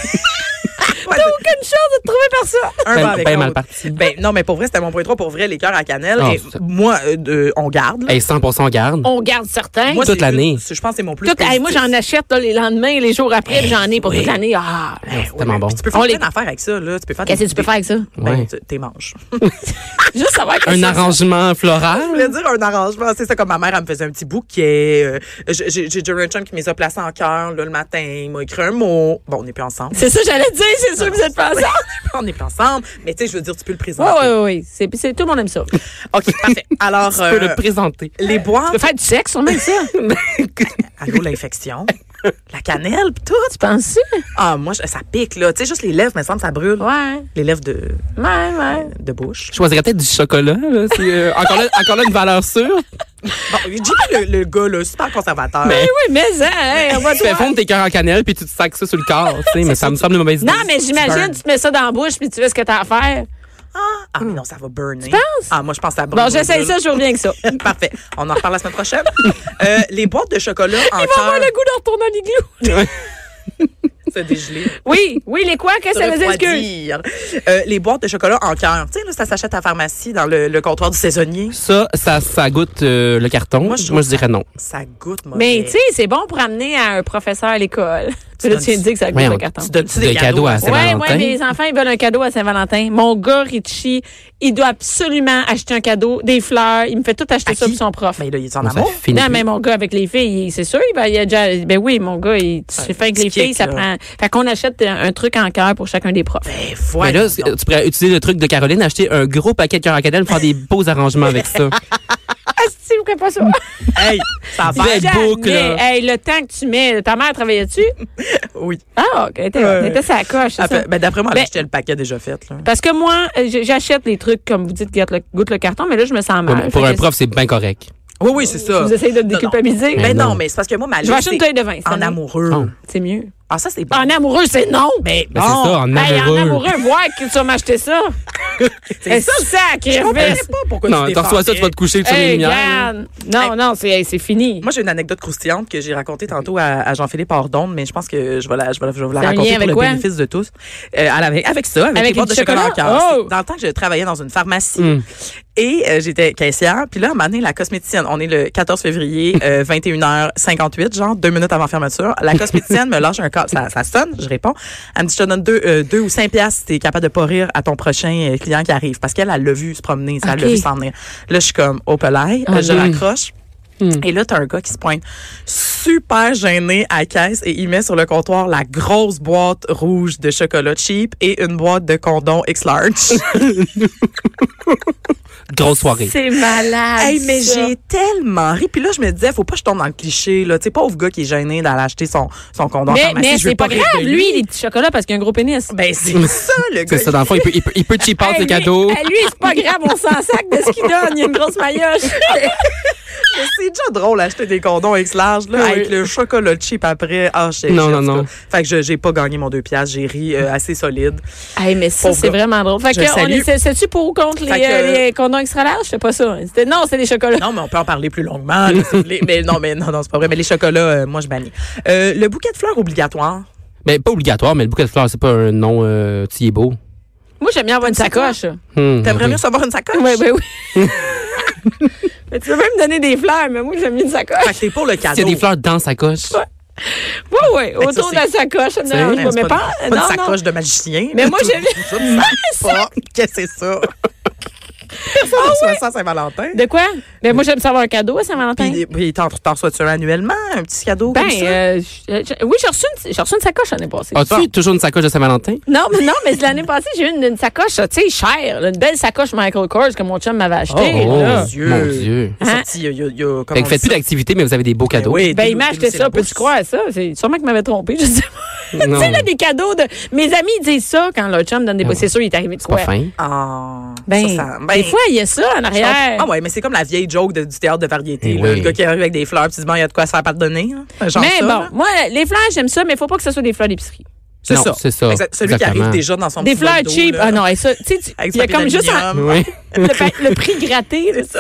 Speaker 1: aucune chance de te trouver par ça.
Speaker 2: un
Speaker 3: Ben-
Speaker 2: va avec
Speaker 3: ben mal
Speaker 2: l'autre.
Speaker 3: parti.
Speaker 2: Ben, non, mais pour vrai, c'était mon point 3. Pour vrai, les cœurs à cannelle.
Speaker 3: Ah,
Speaker 2: Et
Speaker 3: ça-
Speaker 2: moi, euh, de- on garde. là.
Speaker 3: Hey, 100 garde.
Speaker 1: On garde certains.
Speaker 2: Moi,
Speaker 3: toute
Speaker 2: c'est-
Speaker 3: l'année.
Speaker 2: Je pense que c'est mon plus
Speaker 1: Tout- hey, moi,
Speaker 2: positif.
Speaker 1: j'en achète là, les lendemains, les jours après, puis j'en ai pour
Speaker 2: oui.
Speaker 1: toute l'année. Ah,
Speaker 2: Ben
Speaker 3: C'est
Speaker 2: oui,
Speaker 3: tellement
Speaker 2: mais
Speaker 3: bon.
Speaker 2: Tu peux
Speaker 1: On
Speaker 2: faire
Speaker 1: les-
Speaker 2: plein d'affaires avec ça, là. Tu peux faire
Speaker 1: qu'est-ce que
Speaker 2: des-
Speaker 1: tu peux faire avec ça?
Speaker 2: Ben,
Speaker 3: Ouais.
Speaker 2: tu- t'es manges.
Speaker 1: Juste savoir que
Speaker 3: Un
Speaker 1: ça-
Speaker 3: arrangement
Speaker 2: Je
Speaker 3: floral.
Speaker 2: voulais dire un arrangement. C'est ça, comme ma mère, elle me faisait un petit bouquet. euh, j'ai- J'ai j'ai déjà un chum qui me les a placés en cœur, là, le matin. Il m'a écrit un mot. Bon, on n'est plus ensemble.
Speaker 1: C'est ça, que j'allais dire, c'est sûr que vous êtes pas ensemble.
Speaker 2: on n'est plus ensemble. Mais tu sais, je veux dire, tu peux le
Speaker 1: Oui,
Speaker 2: présenter.
Speaker 1: oui, oui. C'est, c'est- tout le monde aime ça. Tu
Speaker 2: OK, parfait. Alors,
Speaker 3: Je peux
Speaker 2: euh,
Speaker 3: le présenter.
Speaker 2: les boîtes,
Speaker 1: peux faire du sexe, on aime ça.
Speaker 2: allô, l'infection, la cannelle, pis tout.
Speaker 1: tu penses ça?
Speaker 2: Ah, moi, je- ça pique, là. Tu sais, juste les lèvres, me semble, ça brûle.
Speaker 1: Ouais.
Speaker 2: Les lèvres de,
Speaker 1: Ouais, ouais.
Speaker 2: de bouche.
Speaker 3: Je choisirais peut-être du chocolat. là. C'est, euh, encore, là, encore là, une valeur sûre.
Speaker 2: Bon, j'ai pas le, le gars, là, super conservateur.
Speaker 1: Mais oui, mais hein, hein, on va
Speaker 3: Tu fais
Speaker 1: te voir.
Speaker 3: fondre tes cœurs en cannelle puis tu te sacs ça sur le corps. tu sais, mais ça me semble une mauvaise idée.
Speaker 1: Non, mais j'imagine, tu te mets ça dans la bouche puis tu fais ce que t'as à faire.
Speaker 2: Ah, ah, mais non, ça va burner. Tu penses? Ah, moi, je pense que ça brûle.
Speaker 1: Bon, j'essaie
Speaker 2: brûle.
Speaker 1: ça, je reviens avec ça.
Speaker 2: Parfait. On en reparle la semaine prochaine. Euh, les boîtes de chocolat en
Speaker 1: Il va avoir
Speaker 2: cœur,
Speaker 1: le goût de retourner à l'igloo.
Speaker 2: se dégeler.
Speaker 1: Oui, oui, les quoi? Qu'est-ce que ça veut dire? excuse?
Speaker 2: refroidir. Euh, les boîtes de chocolat en cœur. Tu sais, là, ça s'achète à la pharmacie dans le, le comptoir du saisonnier.
Speaker 3: Ça, ça, ça goûte euh, le carton. Moi,
Speaker 2: Moi,
Speaker 3: je,
Speaker 2: je
Speaker 3: dirais non.
Speaker 2: Ça goûte, moi.
Speaker 1: Mais tu sais, c'est bon pour amener à un professeur à l'école. Tu viens
Speaker 2: donnes-
Speaker 1: de dire que ça coûte
Speaker 3: Voyons,
Speaker 1: un carton.
Speaker 2: tu donnes-tu
Speaker 3: Des
Speaker 2: des,
Speaker 3: cadeaux à
Speaker 2: ça?
Speaker 3: Saint-
Speaker 1: Ouais,
Speaker 3: Saint-Valentin.
Speaker 1: ouais, mes enfants, ils veulent un cadeau à Saint-Valentin. Mon gars, Richie, il doit absolument acheter un cadeau, des fleurs. Il me fait tout acheter
Speaker 2: À
Speaker 1: ça
Speaker 2: qui? Ben,
Speaker 1: pour son prof.
Speaker 2: Mais là, il est en
Speaker 3: Bon, ça
Speaker 2: amour.
Speaker 3: finit
Speaker 1: Ah non,
Speaker 3: plus.
Speaker 1: mais mon gars, avec les filles, il- c'est sûr, il va- il a déjà, ben oui, mon gars, il, tu fais avec
Speaker 2: petit
Speaker 1: les filles,
Speaker 2: kick,
Speaker 1: ça
Speaker 2: là.
Speaker 1: prend. Fait qu'on achète un, un truc en cœur pour chacun des profs.
Speaker 2: Mais
Speaker 3: Mais
Speaker 2: voilà.
Speaker 3: là, c- tu pourrais utiliser le truc de Caroline, acheter un gros paquet de cœurs en cannelle, faire des beaux arrangements avec ça.
Speaker 1: Ah, si, vous faites pas ça.
Speaker 2: hey, ça va.
Speaker 3: Belle
Speaker 1: Jamais.
Speaker 3: boucle, là.
Speaker 1: Hey, le temps que tu mets, ta mère travaillait-tu?
Speaker 2: Oui.
Speaker 1: Ah, ok, elle était,
Speaker 2: Ouais.
Speaker 1: elle était sa coche. c'est
Speaker 2: Ah,
Speaker 1: ça.
Speaker 2: fait- ben, d'après moi, elle
Speaker 1: Ben-
Speaker 2: achetait le paquet déjà fait. Là.
Speaker 1: Parce que moi, euh, j- j'achète des trucs, comme vous dites, qui goûtent le, goûtent le carton, mais là, je me sens mal.
Speaker 3: Pour, pour
Speaker 1: Fait
Speaker 3: un
Speaker 1: que
Speaker 3: prof, c'est bien correct.
Speaker 2: Oui, oui, c'est
Speaker 1: si
Speaker 2: ça.
Speaker 1: Vous essayez de le
Speaker 2: Non, non.
Speaker 1: déculpabiliser.
Speaker 3: Mais
Speaker 2: Ben non,
Speaker 3: non.
Speaker 2: mais c'est parce que moi, ma
Speaker 1: je vais acheter une
Speaker 2: c'est
Speaker 1: taille de vin. cette
Speaker 2: en
Speaker 1: année.
Speaker 2: amoureux.
Speaker 3: Oh.
Speaker 1: C'est mieux.
Speaker 2: Ah, ça, c'est bon.
Speaker 1: En amoureux, c'est non. Ben, Mais ah,
Speaker 2: Ah,
Speaker 3: Ben, c'est ça, en
Speaker 1: Hey, en
Speaker 3: amoureux.
Speaker 1: amoureux, voir que tu vas m'acheter ça.
Speaker 2: C'est ça.
Speaker 1: ça,
Speaker 2: Je comprenais
Speaker 1: sacrifice.
Speaker 2: pas pourquoi
Speaker 3: Non,
Speaker 2: tu
Speaker 3: t'en reçois ça, tu vas
Speaker 2: défendais.
Speaker 3: te coucher, tu les
Speaker 1: Hey,
Speaker 3: lumières.
Speaker 1: Yann. Non, non, c'est hey, c'est fini.
Speaker 2: Moi, j'ai une anecdote croustillante que j'ai racontée tantôt à, à Jean-Philippe Hordon, mais je pense que je vais la, je vais la- je vais la
Speaker 1: Ça a un
Speaker 2: raconter
Speaker 1: lien
Speaker 2: pour
Speaker 1: avec
Speaker 2: le
Speaker 1: quoi?
Speaker 2: bénéfice de tous. Euh, à la- avec, avec ça, avec,
Speaker 1: Avec
Speaker 2: les boîtes
Speaker 1: du
Speaker 2: de chocolat,
Speaker 1: chocolat?
Speaker 2: en cœur.
Speaker 1: Oh!
Speaker 2: C'est Dans le temps que je travaillais dans une pharmacie
Speaker 3: Mm.
Speaker 2: et euh, j'étais caissière, puis là, à un moment donné, la cosméticienne, on est le 14 février, euh, 21h58, genre deux minutes avant fermeture, la cosméticienne me lâche un câble, ça, ça sonne, je réponds. Elle me dit, je te donne deux, euh, deux ou cinq piastres si t'es capable de pas rire à ton prochain euh, client qui arrive, parce qu'elle, elle l'a vu se promener, ça, elle l'a
Speaker 1: Ok.
Speaker 2: vu s'en venir. Là, je suis comme, au pelail,
Speaker 1: Ah,
Speaker 2: je
Speaker 1: oui. Hmm.
Speaker 2: raccroche. Et là, t'as un gars qui se pointe super gêné à la caisse et il met sur le comptoir la grosse boîte rouge de chocolat cheap et une boîte de condom X-Large.
Speaker 3: Grosse soirée.
Speaker 1: C'est malade.
Speaker 2: Hey, mais
Speaker 1: ça.
Speaker 2: j'ai tellement ri. Puis là, je me disais, faut pas que je tombe dans le cliché, là. Tu sais, pauvre gars qui est gêné d'aller acheter son, son condom en
Speaker 1: Mais,
Speaker 2: pharmacie,
Speaker 1: mais
Speaker 2: je veux
Speaker 1: c'est pas
Speaker 2: rire de
Speaker 1: grave, lui, les petits chocolats, parce qu'il a un gros pénis.
Speaker 2: Ben, c'est ça, le gars.
Speaker 3: C'est ça, dans le fond, il peut, il peut, il peut cheap out
Speaker 1: Hey,
Speaker 3: le
Speaker 1: lui-
Speaker 3: cadeau.
Speaker 1: hey, lui, c'est pas grave, on s'en sac de ce qu'il donne. Il a une grosse maillotche.
Speaker 2: C'est déjà drôle d'acheter des condoms X-Large, là,
Speaker 1: Ah Oui.
Speaker 2: avec le chocolat cheap après. Ah, je sais,
Speaker 3: Non,
Speaker 2: je sais,
Speaker 3: non,
Speaker 2: en tout
Speaker 3: non.
Speaker 2: cas. Fait que je- j'ai pas gagné mon deux piastres. J'ai ri euh, assez solide.
Speaker 1: Hey, mais ça,
Speaker 2: Pauvre
Speaker 1: c'est
Speaker 2: gars.
Speaker 1: vraiment drôle. Fait
Speaker 2: Je
Speaker 1: que,
Speaker 2: le
Speaker 1: on
Speaker 2: salue.
Speaker 1: est, c'est- c'est-tu pour ou contre les,
Speaker 2: Fait que-
Speaker 1: euh, les condoms extra larges? C'est pas ça. C'était- Non, c'est des chocolats.
Speaker 2: Non, mais on peut en parler plus longuement. là, si vous voulez. mais non, mais non, non, c'est pas vrai. Mais les chocolats, euh, moi, je bannis. Euh, le bouquet de fleurs obligatoire.
Speaker 3: Mais pas obligatoire, mais le bouquet de fleurs, c'est pas un nom, euh, tu y es beau.
Speaker 1: Moi, j'aime bien avoir une sacoche.
Speaker 3: Hum,
Speaker 2: T'aimerais
Speaker 3: ok.
Speaker 2: mieux recevoir une sacoche?
Speaker 1: Oui, ben oui. mais tu peux même me donner des fleurs, mais moi, j'aime bien une sacoche.
Speaker 2: Fait que t'es pour le cadeau.
Speaker 3: S'il y a des fleurs dans sa coche.
Speaker 1: Oui, oui,
Speaker 2: Ben, ça,
Speaker 1: autour de la
Speaker 2: c'est-
Speaker 1: sacoche. Ça me
Speaker 3: C'est-
Speaker 1: dérange
Speaker 2: Ouais,
Speaker 1: pas,
Speaker 2: Ah,
Speaker 1: mais
Speaker 2: c'est pas,
Speaker 1: pas.
Speaker 2: une- pas
Speaker 1: non,
Speaker 2: une
Speaker 1: non.
Speaker 2: sacoche de magicien.
Speaker 1: Mais
Speaker 2: là,
Speaker 1: moi,
Speaker 2: tout-
Speaker 1: j'aime-
Speaker 2: ça, tu sais pas. Qu'est-ce que c'est ça? Personne ne reçoit ça à Saint-Valentin.
Speaker 1: De quoi? Mais moi, j'aime savoir un cadeau à Saint-Valentin.
Speaker 2: Puis puis t'en t'en reçois-tu un annuellement, un petit cadeau
Speaker 1: Ben,
Speaker 2: comme ça? Ah,
Speaker 1: euh, je- je- oui, j'ai reçu, une, j'ai reçu une sacoche l'année passée.
Speaker 3: As-tu toujours une sacoche de Saint-Valentin?
Speaker 1: Non, mais non, mais l'année passée, j'ai eu une, une sacoche, tu sais, chère, là, une belle sacoche Michael Kors que mon chum m'avait achetée.
Speaker 2: Oh,
Speaker 3: Oh, mon
Speaker 1: là.
Speaker 3: Dieu.
Speaker 2: Dieu.
Speaker 3: Mon Dieu.
Speaker 2: Il est
Speaker 1: hein?
Speaker 2: sorti, il y a- il y a- il y a- comment
Speaker 3: Fait
Speaker 2: on
Speaker 3: que
Speaker 2: dit
Speaker 3: faites plus
Speaker 2: ça?
Speaker 3: d'activités, mais vous avez des beaux cadeaux.
Speaker 2: oui,
Speaker 1: Ben,
Speaker 2: des-
Speaker 1: il m'a
Speaker 2: des-
Speaker 1: acheté
Speaker 2: c'est
Speaker 1: ça,
Speaker 2: la
Speaker 1: peux-tu
Speaker 2: pousse.
Speaker 1: croire à ça? C'est sûrement qu'il m'avait trompé, je sais pas. tu
Speaker 3: Non.
Speaker 1: sais, là, des cadeaux de. Mes amis disent ça quand leur chum donne des.
Speaker 3: Ben
Speaker 1: C'est sûr, il est arrivé de
Speaker 3: Pas
Speaker 1: quoi?
Speaker 3: fin.
Speaker 2: Ah,
Speaker 1: Ben,
Speaker 2: ça, ça- ben,
Speaker 1: des fois, il y a ça en
Speaker 2: je comprends-
Speaker 1: arrière.
Speaker 2: Ah ouais, mais c'est comme la vieille joke de- du théâtre de variété.
Speaker 3: Eh
Speaker 2: là.
Speaker 3: oui.
Speaker 2: Le gars qui arrive avec des fleurs, puis tu dis, bon, il y a de quoi se faire pardonner. hein. Genre
Speaker 1: mais
Speaker 2: ça,
Speaker 1: bon,
Speaker 2: là.
Speaker 1: moi, les fleurs, j'aime ça, mais faut pas que ce soit des fleurs d'épicerie.
Speaker 2: C'est
Speaker 3: Non,
Speaker 2: ça.
Speaker 3: c'est ça.
Speaker 2: Exact- Celui qui
Speaker 3: Exactement.
Speaker 2: arrive déjà dans son
Speaker 1: Des
Speaker 2: petit
Speaker 1: fleurs
Speaker 2: verre d'eau,
Speaker 1: cheap.
Speaker 2: là.
Speaker 1: Ah non, et ça, tu sais, tu-
Speaker 2: Avec
Speaker 1: il y a
Speaker 2: du papier
Speaker 1: comme juste un- Hmm.
Speaker 2: d'aluminium.
Speaker 3: Oui.
Speaker 1: le, pa- le prix gratté. là, tu sais.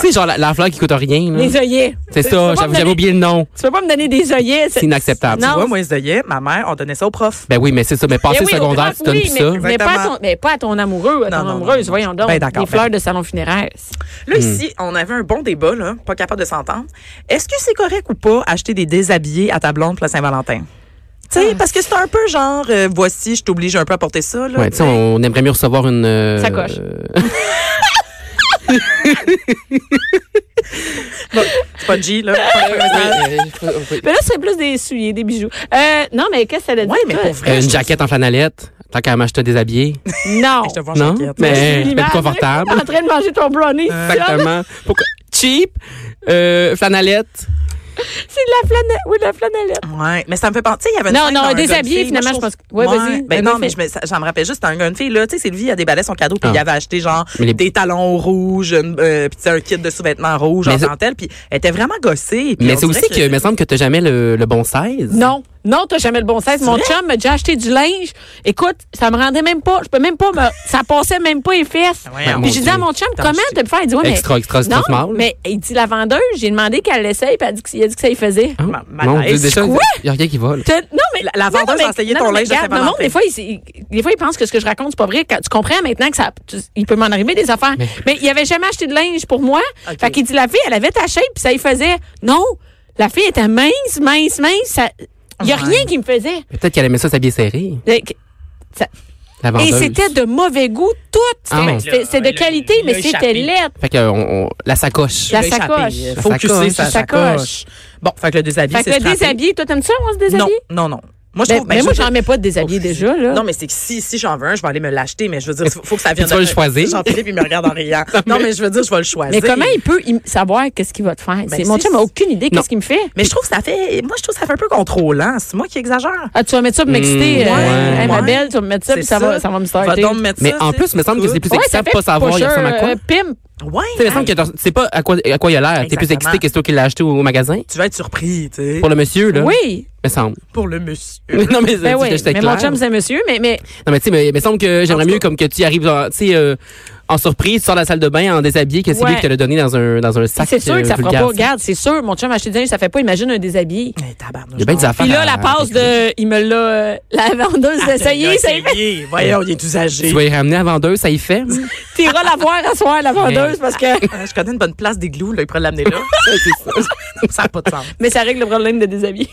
Speaker 3: Tu sais, genre la, la fleur qui coûte rien.
Speaker 2: Mm.
Speaker 3: là.
Speaker 1: Les œillets.
Speaker 3: C'est
Speaker 1: Tu peux pas
Speaker 3: ça,
Speaker 1: me
Speaker 3: j'avais j'avais
Speaker 1: donner-
Speaker 3: oublié le nom.
Speaker 1: Tu peux pas me donner des œillets.
Speaker 3: C'est inacceptable.
Speaker 1: Non,
Speaker 2: Tu vois, moi, ils se disaient, ma mère, on donnait ça au prof.
Speaker 3: Ben oui, mais c'est ça. Mais
Speaker 1: Mais
Speaker 3: passer
Speaker 1: oui, au
Speaker 3: secondaire,
Speaker 1: prof,
Speaker 3: tu donnes
Speaker 1: oui,
Speaker 3: plus
Speaker 1: mais,
Speaker 3: ça.
Speaker 1: Mais,
Speaker 2: Exactement.
Speaker 1: pas à ton, mais pas à ton amoureux, à ton
Speaker 2: Non, non,
Speaker 1: amoureuse,
Speaker 2: non, non.
Speaker 1: voyons donc.
Speaker 2: Ben, d'accord,
Speaker 1: des
Speaker 2: ben.
Speaker 1: fleurs de salon funéraire.
Speaker 2: Là,
Speaker 3: Hmm.
Speaker 2: ici, on avait un bon débat, là, pas capable de s'entendre. Est-ce que c'est correct ou pas acheter des déshabillés à ta blonde pour la Saint-Valentin? Tu
Speaker 1: Ah.
Speaker 2: sais, parce que c'est un peu genre, euh, voici, je t'oblige un peu à porter ça. Là.
Speaker 3: Ouais, tu sais, on aimerait mieux recevoir une. euh,
Speaker 1: Sacoche.
Speaker 2: C'est pas G, là.
Speaker 1: Mais là, c'est plus des souliers, des bijoux. Euh, non, mais qu'est-ce que ça veut dire?
Speaker 2: Ouais, mais
Speaker 1: toi?
Speaker 2: pour vrai.
Speaker 3: Euh,
Speaker 2: je-
Speaker 3: Une jaquette en flanellette. Tant qu'à m'acheter des habillés.
Speaker 1: Non.
Speaker 2: Je te vois en hein.
Speaker 3: Non?
Speaker 2: jaquette.
Speaker 1: Je
Speaker 3: Mais
Speaker 1: suis
Speaker 3: être
Speaker 1: l'image.
Speaker 3: confortable.
Speaker 1: T'es en train de manger ton brownie. C'est
Speaker 3: Exactement. Pourquoi? Cheap, euh, flanellette.
Speaker 1: de la flanelle. Oui, de la flanellette.
Speaker 2: Ouais, mais ça me fait penser. Tu sais, il y avait une
Speaker 1: Non,
Speaker 2: scène
Speaker 1: non,
Speaker 2: dans un
Speaker 1: déshabillé,
Speaker 2: jeune fille, moi,
Speaker 1: finalement, je pense que- ouais, vas-y, vas-y,
Speaker 2: Ben non, mais
Speaker 1: fais.
Speaker 2: je me, ça, j'en me rappelle juste, c'était un gars, une fille, là. Tu sais, Sylvie, elle déballait son cadeau, puis
Speaker 3: Ah.
Speaker 2: il avait acheté, genre,
Speaker 3: Mais les-
Speaker 2: des talons rouges, une, euh, puis tu sais, un kit de sous-vêtements rouges en
Speaker 3: Mais ça-
Speaker 2: dentelle, puis elle était vraiment gossée. puis
Speaker 3: Mais
Speaker 2: on
Speaker 3: c'est
Speaker 2: dirait
Speaker 3: aussi que, il me semble que t'as jamais le, le bon 16.
Speaker 1: Non. Non, t'as jamais le bon sens. Mon chum m'a déjà acheté du linge. Écoute, ça me rendait même pas. Je peux même pas me. Ça passait même pas les fesses.
Speaker 2: Ben, Voyons.
Speaker 1: Puis j'ai dit à mon chum,
Speaker 2: T'as
Speaker 1: comment t'as pu faire? Il dit, ouais, mais.
Speaker 3: Extra, extra, extra
Speaker 1: non,
Speaker 3: small.
Speaker 1: mais il dit la vendeuse, j'ai demandé qu'elle l'essaye, puis elle dit que- il a dit que ça y faisait.
Speaker 3: Hein?
Speaker 2: Ma- ma-
Speaker 3: Mon Dieu,
Speaker 2: Hey,
Speaker 3: déjà,
Speaker 2: c'est
Speaker 3: il
Speaker 2: quoi?
Speaker 3: y a rien qui vole.
Speaker 1: T'as- Non, mais
Speaker 2: La- la
Speaker 1: non,
Speaker 2: vendeuse
Speaker 1: non, mais-
Speaker 2: a essayé
Speaker 1: non,
Speaker 2: ton
Speaker 1: non, mais
Speaker 2: linge de
Speaker 1: regarde, Le monde,
Speaker 2: Saint-Valentin.
Speaker 1: des fois, il, s'est- il- des fois, il pense que ce que je raconte, c'est pas vrai. Quand tu comprends maintenant que ça, tu- il peut m'en arriver des affaires. Mais, il avait jamais acheté de linge pour moi.
Speaker 2: Ok.
Speaker 1: Fait qu'il dit, la fille, elle avait ta shape, puis ça y faisait. Non, la fille était mince, mince, mince. ça- Il n'y a
Speaker 2: Ouais.
Speaker 1: rien qui me faisait.
Speaker 3: Mais Peut-être qu'elle aimait ça s'habiller serré.
Speaker 1: Fait que- ça-
Speaker 3: La
Speaker 1: Et
Speaker 3: vendeuse.
Speaker 1: c'était de mauvais goût, tout.
Speaker 3: Ah,
Speaker 1: C'était-
Speaker 3: ouais.
Speaker 1: C'était c'était de
Speaker 2: Il a-
Speaker 1: qualité,
Speaker 2: il a
Speaker 1: mais c'était
Speaker 2: échappé.
Speaker 1: laid.
Speaker 3: Fait que, euh, on- on- la sacoche.
Speaker 1: La
Speaker 2: Il a échappé.
Speaker 1: sacoche.
Speaker 2: Il faut
Speaker 3: La
Speaker 2: que
Speaker 3: sacoche.
Speaker 2: sa
Speaker 1: La sacoche.
Speaker 2: sacoche. Bon, fait que le déshabillé,
Speaker 1: Fait que
Speaker 2: c'est
Speaker 1: le
Speaker 2: scrappé.
Speaker 1: déshabillé, toi, t'aimes ça, on se déshabille?
Speaker 2: Non, non, non. Moi, je
Speaker 1: Ben,
Speaker 2: trouve. ben,
Speaker 1: mais moi,
Speaker 2: je-
Speaker 1: j'en mets pas de déshabillé déjà, là.
Speaker 2: Non, mais c'est que si, si j'en veux un, je vais aller me l'acheter, mais je veux dire, faut faut que ça vienne
Speaker 3: Tu vas le choisir.
Speaker 2: Jean-Philippe, il me regarde en riant. Non, mais je veux dire, je vais le choisir.
Speaker 1: Mais comment il peut im- savoir qu'est-ce qu'il va te faire? C'est- mon
Speaker 2: c'est-
Speaker 1: chum n'a aucune idée
Speaker 3: Non.
Speaker 1: qu'est-ce qu'il me fait.
Speaker 2: Mais je trouve que ça fait. Moi, je trouve que ça fait un peu contrôlant. C'est moi qui exagère.
Speaker 1: Ah, tu vas mettre ça pour m'exciter.
Speaker 3: Mm,
Speaker 1: euh,
Speaker 3: ouais,
Speaker 1: hey, ma
Speaker 2: ouais.
Speaker 1: belle, tu vas me mettre ça, puis ça, Va, ça va me starter.
Speaker 2: Va donc me mettre
Speaker 3: Mais
Speaker 2: ça,
Speaker 3: en
Speaker 2: tu sais,
Speaker 3: plus, me semble que
Speaker 2: tout.
Speaker 3: c'est plus
Speaker 1: Ouais,
Speaker 3: excitant
Speaker 1: ça
Speaker 3: de
Speaker 1: fait
Speaker 3: pas savoir il
Speaker 1: pusher,
Speaker 3: ressemble à quoi.
Speaker 1: euh, pimp.
Speaker 2: Ouais.
Speaker 3: Tu sais, il me semble que t'as- tu sais pas à quoi, à quoi il a l'air. T'es plus
Speaker 2: Exactement.
Speaker 3: excité que c'est toi qui l'as acheté au, au magasin.
Speaker 2: Tu vas être surpris, tu sais.
Speaker 3: Pour le monsieur, là.
Speaker 1: Oui,
Speaker 3: Me semble.
Speaker 2: Pour le monsieur.
Speaker 3: non, mais,
Speaker 1: ben
Speaker 3: euh,
Speaker 1: oui.
Speaker 3: j'étais
Speaker 1: Mais mon
Speaker 3: clair.
Speaker 1: chum, c'est un monsieur, mais, mais
Speaker 3: Non, mais tu sais, mais- me semble que j'aimerais
Speaker 2: En tout
Speaker 3: mieux
Speaker 2: cas.
Speaker 3: comme que tu y arrives, en- tu sais, euh, en surprise, tu sors de la salle de bain en déshabillé, que c'est
Speaker 1: Ouais.
Speaker 3: lui qui te l'a donné dans un, dans un sac.
Speaker 1: c'est sûr que ça fera
Speaker 3: euh, vulgaire,
Speaker 1: pas.
Speaker 3: ça.
Speaker 1: Regarde, c'est sûr, mon chum a acheté du linge, ça fait pas. Imagine un déshabillé.
Speaker 2: Eh, tabarnouche.
Speaker 3: Il y a bien des affaires.
Speaker 1: Puis là,
Speaker 3: à-
Speaker 1: la passe de. Il me l'a. euh, la vendeuse,
Speaker 2: Ah, il a
Speaker 1: d'essayer, ça y fait.
Speaker 2: essayé. Voyons, il est
Speaker 3: Tu
Speaker 2: usagé.
Speaker 3: vas y ramener à vendeuse, ça y fait.
Speaker 1: T'iras la voir à soir, la vendeuse, parce que.
Speaker 2: Ah, Je connais une bonne place d'églou, là. Il pourrait l'amener là. ça n'a pas de sens.
Speaker 1: Mais ça règle le problème de déshabiller.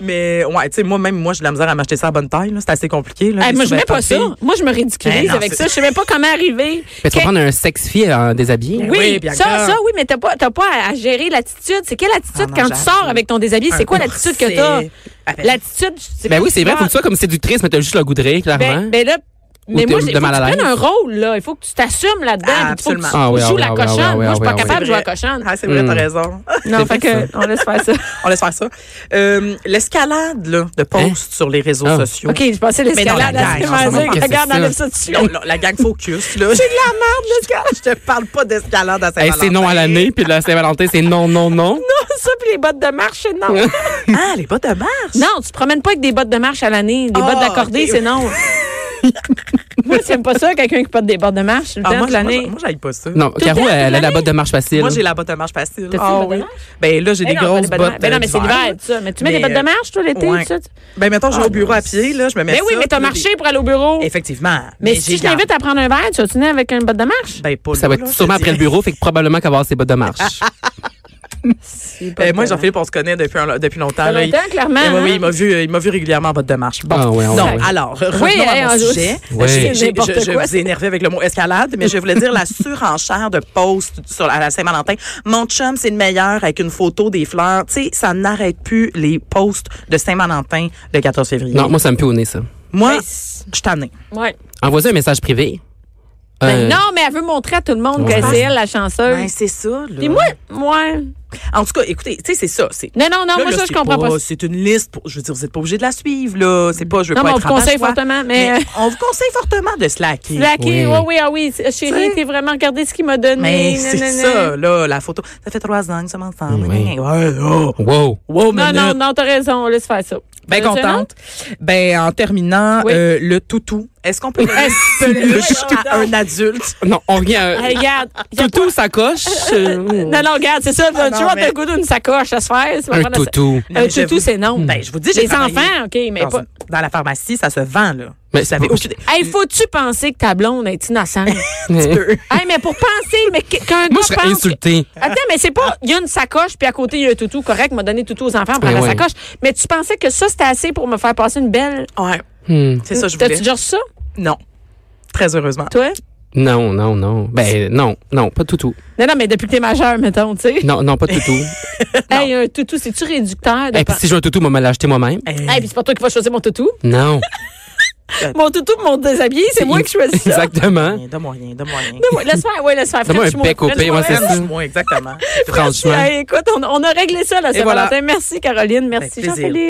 Speaker 2: Mais, ouais, tu sais, moi, même, moi, j'ai de la misère à m'acheter ça à bonne taille, là. C'est assez compliqué, là.
Speaker 1: Hey,
Speaker 2: Les
Speaker 1: moi, je mets pas ça.
Speaker 2: sous-vêtements de
Speaker 1: Moi, je me ridiculise
Speaker 2: Ben non,
Speaker 1: avec
Speaker 2: c'est-
Speaker 1: ça. Je sais même pas comment arriver.
Speaker 3: Mais tu vas prendre un sex-fille en déshabillé. hein.
Speaker 1: Ben Oui,
Speaker 2: oui, bien
Speaker 1: ça,
Speaker 2: sûr.
Speaker 1: ça, oui, mais t'as pas, t'as pas à- à gérer l'attitude. C'est quelle
Speaker 2: Ah
Speaker 1: attitude
Speaker 2: non,
Speaker 1: quand tu
Speaker 2: j'avoue.
Speaker 1: sors avec ton déshabillé?
Speaker 2: Un
Speaker 1: C'est quoi l'attitude que
Speaker 2: corset.
Speaker 1: t'as?
Speaker 2: Ah, ben,
Speaker 1: L'attitude, c'est
Speaker 3: Ben oui, c'est vrai, faut que tu
Speaker 1: ça.
Speaker 3: sois comme séductrice, mais t'as juste le goût de rire, clairement.
Speaker 1: Ah. Ben, ben là, mais
Speaker 3: t'es
Speaker 1: moi,
Speaker 3: de
Speaker 1: j'ai- faut que tu
Speaker 3: mal à l'aise.
Speaker 1: prennes un rôle, là. Il faut que tu t'assumes là-dedans. puis
Speaker 2: Ah,
Speaker 1: il faut que tu
Speaker 2: absolument.
Speaker 3: Ah oui, ah
Speaker 1: joues
Speaker 3: oui,
Speaker 1: la
Speaker 3: ah oui,
Speaker 1: cochonne.
Speaker 3: ah oui,
Speaker 1: moi, je suis
Speaker 3: ah
Speaker 1: pas
Speaker 3: oui,
Speaker 1: capable de jouer la
Speaker 2: vrai.
Speaker 1: cochonne.
Speaker 2: Ah, c'est vrai, t'as
Speaker 3: Hmm.
Speaker 2: raison.
Speaker 1: Non, fait
Speaker 3: vrai,
Speaker 1: que, on laisse faire ça.
Speaker 2: On laisse faire ça. Euh, L'escalade, là, de posts sur les réseaux
Speaker 3: Hein? Ah.
Speaker 2: sociaux.
Speaker 1: OK, je pensais l'escalade.
Speaker 2: Mais non, la gang,
Speaker 1: à
Speaker 2: on s'en
Speaker 1: dire,
Speaker 3: fout, qu'est-ce
Speaker 1: Regarde,
Speaker 3: que c'est
Speaker 1: enlève ça dessus.
Speaker 2: Non, non, la gang focus, là.
Speaker 1: C'est de la merde, l'escalade.
Speaker 2: Je te parle pas d'escalade à
Speaker 3: Hey,
Speaker 2: Saint-Valentin.
Speaker 3: c'est non à l'année, puis la Saint-Valentin, c'est non, non, non.
Speaker 1: Ça, puis les bottes de marche, non.
Speaker 2: Ah, les bottes de marche.
Speaker 1: Non, tu te promènes pas avec des bottes de marche à l'année. Des
Speaker 2: Ah,
Speaker 1: bottes d'accordé,
Speaker 2: ok.
Speaker 1: c'est non. Moi, j'aime pas ça, quelqu'un qui porte des bords de marche le
Speaker 2: Ah,
Speaker 1: temps
Speaker 2: moi,
Speaker 1: de
Speaker 2: j'ai- moi, j'ai-
Speaker 1: l'année.
Speaker 2: moi, j'aille pas ça.
Speaker 3: Non, Caro,
Speaker 1: le temps,
Speaker 3: elle a la
Speaker 1: l'année.
Speaker 3: botte de marche facile.
Speaker 2: Moi, j'ai la botte de marche facile.
Speaker 1: T'as-tu
Speaker 2: Ah
Speaker 1: une botte de
Speaker 2: oui.
Speaker 1: marche?
Speaker 2: Ben là, j'ai des
Speaker 1: Eh non,
Speaker 2: grosses
Speaker 1: pas des bottes
Speaker 2: bottes.
Speaker 1: de- Ben non, mais c'est l'hiver, ça. Mais tu mets des
Speaker 2: Mais, euh,
Speaker 1: bottes de marche, toi, l'été,
Speaker 2: ouais.
Speaker 1: ça? tu-
Speaker 2: Ben mettons, je vais
Speaker 1: Ah,
Speaker 2: au bureau à pied, là, je me mets
Speaker 1: Ben
Speaker 2: ça.
Speaker 1: oui, mais
Speaker 2: puis là,
Speaker 1: t'as marché pour aller au bureau.
Speaker 2: des- Effectivement.
Speaker 1: Mais si je t'invite à prendre un verre, tu vas-tu venir avec une botte de marche?
Speaker 2: Ben pas
Speaker 3: Ça va
Speaker 2: là,
Speaker 3: être
Speaker 2: là, je
Speaker 3: sûrement
Speaker 2: te
Speaker 3: après le
Speaker 2: dirais.
Speaker 3: bureau, fait que probablement qu'avoir ses bottes de marche.
Speaker 1: Ah,
Speaker 3: Euh,
Speaker 2: Ben, moi, Jean-Philippe, on se connaît depuis, un- depuis longtemps.
Speaker 1: Ça fait
Speaker 2: là. Il-
Speaker 1: longtemps, clairement,
Speaker 2: Eh oui, oui,
Speaker 1: hein.
Speaker 2: il m'a vu, euh, il m'a vu régulièrement en botte de marche. Bon,
Speaker 3: Ah ouais, on
Speaker 2: donc,
Speaker 3: va.
Speaker 2: alors, revenons
Speaker 1: hey,
Speaker 2: à
Speaker 1: hein, on-
Speaker 2: mon sujet.
Speaker 3: Ouais.
Speaker 2: J'ai- j'ai-
Speaker 1: C'est
Speaker 2: Je,
Speaker 1: n'importe
Speaker 2: je
Speaker 1: quoi,
Speaker 2: vous ai énervé avec le mot escalade, mais je voulais dire la surenchère de posts sur à la Saint-Valentin. Mon chum, c'est le meilleur avec une photo des fleurs. Tu sais, ça n'arrête plus les posts de Saint-Valentin le 14 février.
Speaker 3: non, moi, ça me pue au nez, ça.
Speaker 2: moi,
Speaker 1: Ben,
Speaker 2: je suis tannée.
Speaker 1: Ouais.
Speaker 3: Envoyez un message privé.
Speaker 1: Ben
Speaker 3: Euh,
Speaker 1: non, mais elle veut montrer à tout le monde
Speaker 3: Ouais.
Speaker 1: que c'est elle, la
Speaker 2: Ben,
Speaker 1: chanceuse.
Speaker 2: c'est ça. Là.
Speaker 1: Puis moi, moi.
Speaker 2: En tout cas, écoutez, tu sais, c'est ça. C'est
Speaker 1: Non, non, non,
Speaker 2: Là,
Speaker 1: moi,
Speaker 2: là,
Speaker 1: ça, je
Speaker 2: c'est
Speaker 1: comprends pas. ça.
Speaker 2: C'est une liste. Pour, je veux dire, vous n'êtes pas obligé de la suivre, là. C'est pas, je veux
Speaker 1: Non,
Speaker 2: pas
Speaker 1: mais on
Speaker 2: être
Speaker 1: vous conseille
Speaker 2: rabat-joie,
Speaker 1: fortement, mais-
Speaker 2: on vous conseille fortement de slacker.
Speaker 1: Slacker,
Speaker 3: Oui.
Speaker 1: oui, oui, ah oui. Chérie,
Speaker 2: T'sais.
Speaker 1: t'es vraiment regardé ce qu'il m'a donné.
Speaker 2: Mais
Speaker 1: Nan,
Speaker 2: c'est
Speaker 1: nan,
Speaker 2: ça,
Speaker 1: nan.
Speaker 2: là, la photo. Ça fait trois ans que nous sommes ensemble.
Speaker 3: Oui.
Speaker 2: Ouais, là.
Speaker 3: Wow.
Speaker 1: Non,
Speaker 2: Wow, minute.
Speaker 1: non, non, t'as raison, laisse faire ça.
Speaker 2: Ben
Speaker 1: T'en as-tu un
Speaker 2: contente. Ben, en terminant,
Speaker 1: Oui.
Speaker 2: euh, le toutou. Est-ce qu'on peut le
Speaker 1: que-
Speaker 2: jusqu'à un adulte?
Speaker 3: Non, on revient
Speaker 1: autre?
Speaker 3: à...
Speaker 1: Hey, regarde. y a
Speaker 3: Toutou, ça coche.
Speaker 1: pas- Non, non, regarde, c'est ça.
Speaker 2: Ah,
Speaker 1: tu
Speaker 2: non,
Speaker 1: vois,
Speaker 2: mais-
Speaker 1: t'as le goût d'une sacoche à se faire. c'est pas
Speaker 3: Un
Speaker 1: grave, ça-
Speaker 3: toutou.
Speaker 2: Non,
Speaker 1: Un
Speaker 2: mais je
Speaker 1: toutou,
Speaker 2: vous-
Speaker 1: c'est
Speaker 3: Hmm.
Speaker 1: non.
Speaker 2: Ben, je vous dis, j'ai
Speaker 1: Les
Speaker 2: travaillé
Speaker 1: enfants, OK, mais
Speaker 2: dans,
Speaker 1: pas.
Speaker 2: une- dans la pharmacie, ça se vend, là.
Speaker 3: Mais
Speaker 2: Vous
Speaker 3: c'est
Speaker 2: savez,
Speaker 3: pas-
Speaker 2: aucune-
Speaker 1: Hey, faut-tu penser que ta blonde est innocente?
Speaker 2: peu.
Speaker 1: hey, mais pour penser, mais que- qu'un gars
Speaker 3: Moi, je serais
Speaker 1: pense que-
Speaker 3: insulté.
Speaker 1: Attends, mais c'est pas. Il y a une sacoche, puis à côté, il y a un toutou. Correct, m'a donné toutou aux enfants, prendre
Speaker 3: Ben
Speaker 1: la
Speaker 3: oui.
Speaker 1: sacoche. Mais tu pensais que ça, c'était assez pour me faire passer une belle.
Speaker 2: Ouais.
Speaker 3: Hmm.
Speaker 2: C'est ça, je voulais.
Speaker 1: T'as-tu déjà reçu ça,
Speaker 2: Non. Très heureusement.
Speaker 1: toi?
Speaker 3: Non, non, non. Ben, non, non, pas toutou.
Speaker 1: Non, non, mais depuis que t'es majeur, mettons, tu sais.
Speaker 3: Non, non, pas toutou.
Speaker 1: Hey, un toutou, c'est-tu réducteur? De
Speaker 3: Et puis
Speaker 1: pen-
Speaker 3: si je veux un toutou, moi, me l'acheter moi-même.
Speaker 2: Eh,
Speaker 1: Hey, puis c'est pas toi qui vas choisir mon toutou.
Speaker 3: Non.
Speaker 1: Mon toutou, mon déshabillé, c'est moi qui choisis ça.
Speaker 3: Exactement.
Speaker 2: Rien, Donne-moi rien, donne-moi rien.
Speaker 1: Donne-moi- Laisse faire, ouais, laisse faire.
Speaker 3: Donne-moi
Speaker 1: French
Speaker 3: un
Speaker 1: move,
Speaker 3: bec au
Speaker 1: French
Speaker 3: pire, ouais,
Speaker 1: move.
Speaker 3: c'est ça.
Speaker 2: Moi, exactement.
Speaker 3: Franchement.
Speaker 1: Hey, écoute, euh, on, on a réglé ça, la Saint-Valentin.
Speaker 2: voilà.
Speaker 1: Merci, Caroline.
Speaker 2: Avec
Speaker 1: Merci,
Speaker 2: plaisir.
Speaker 1: Jean-Philippe.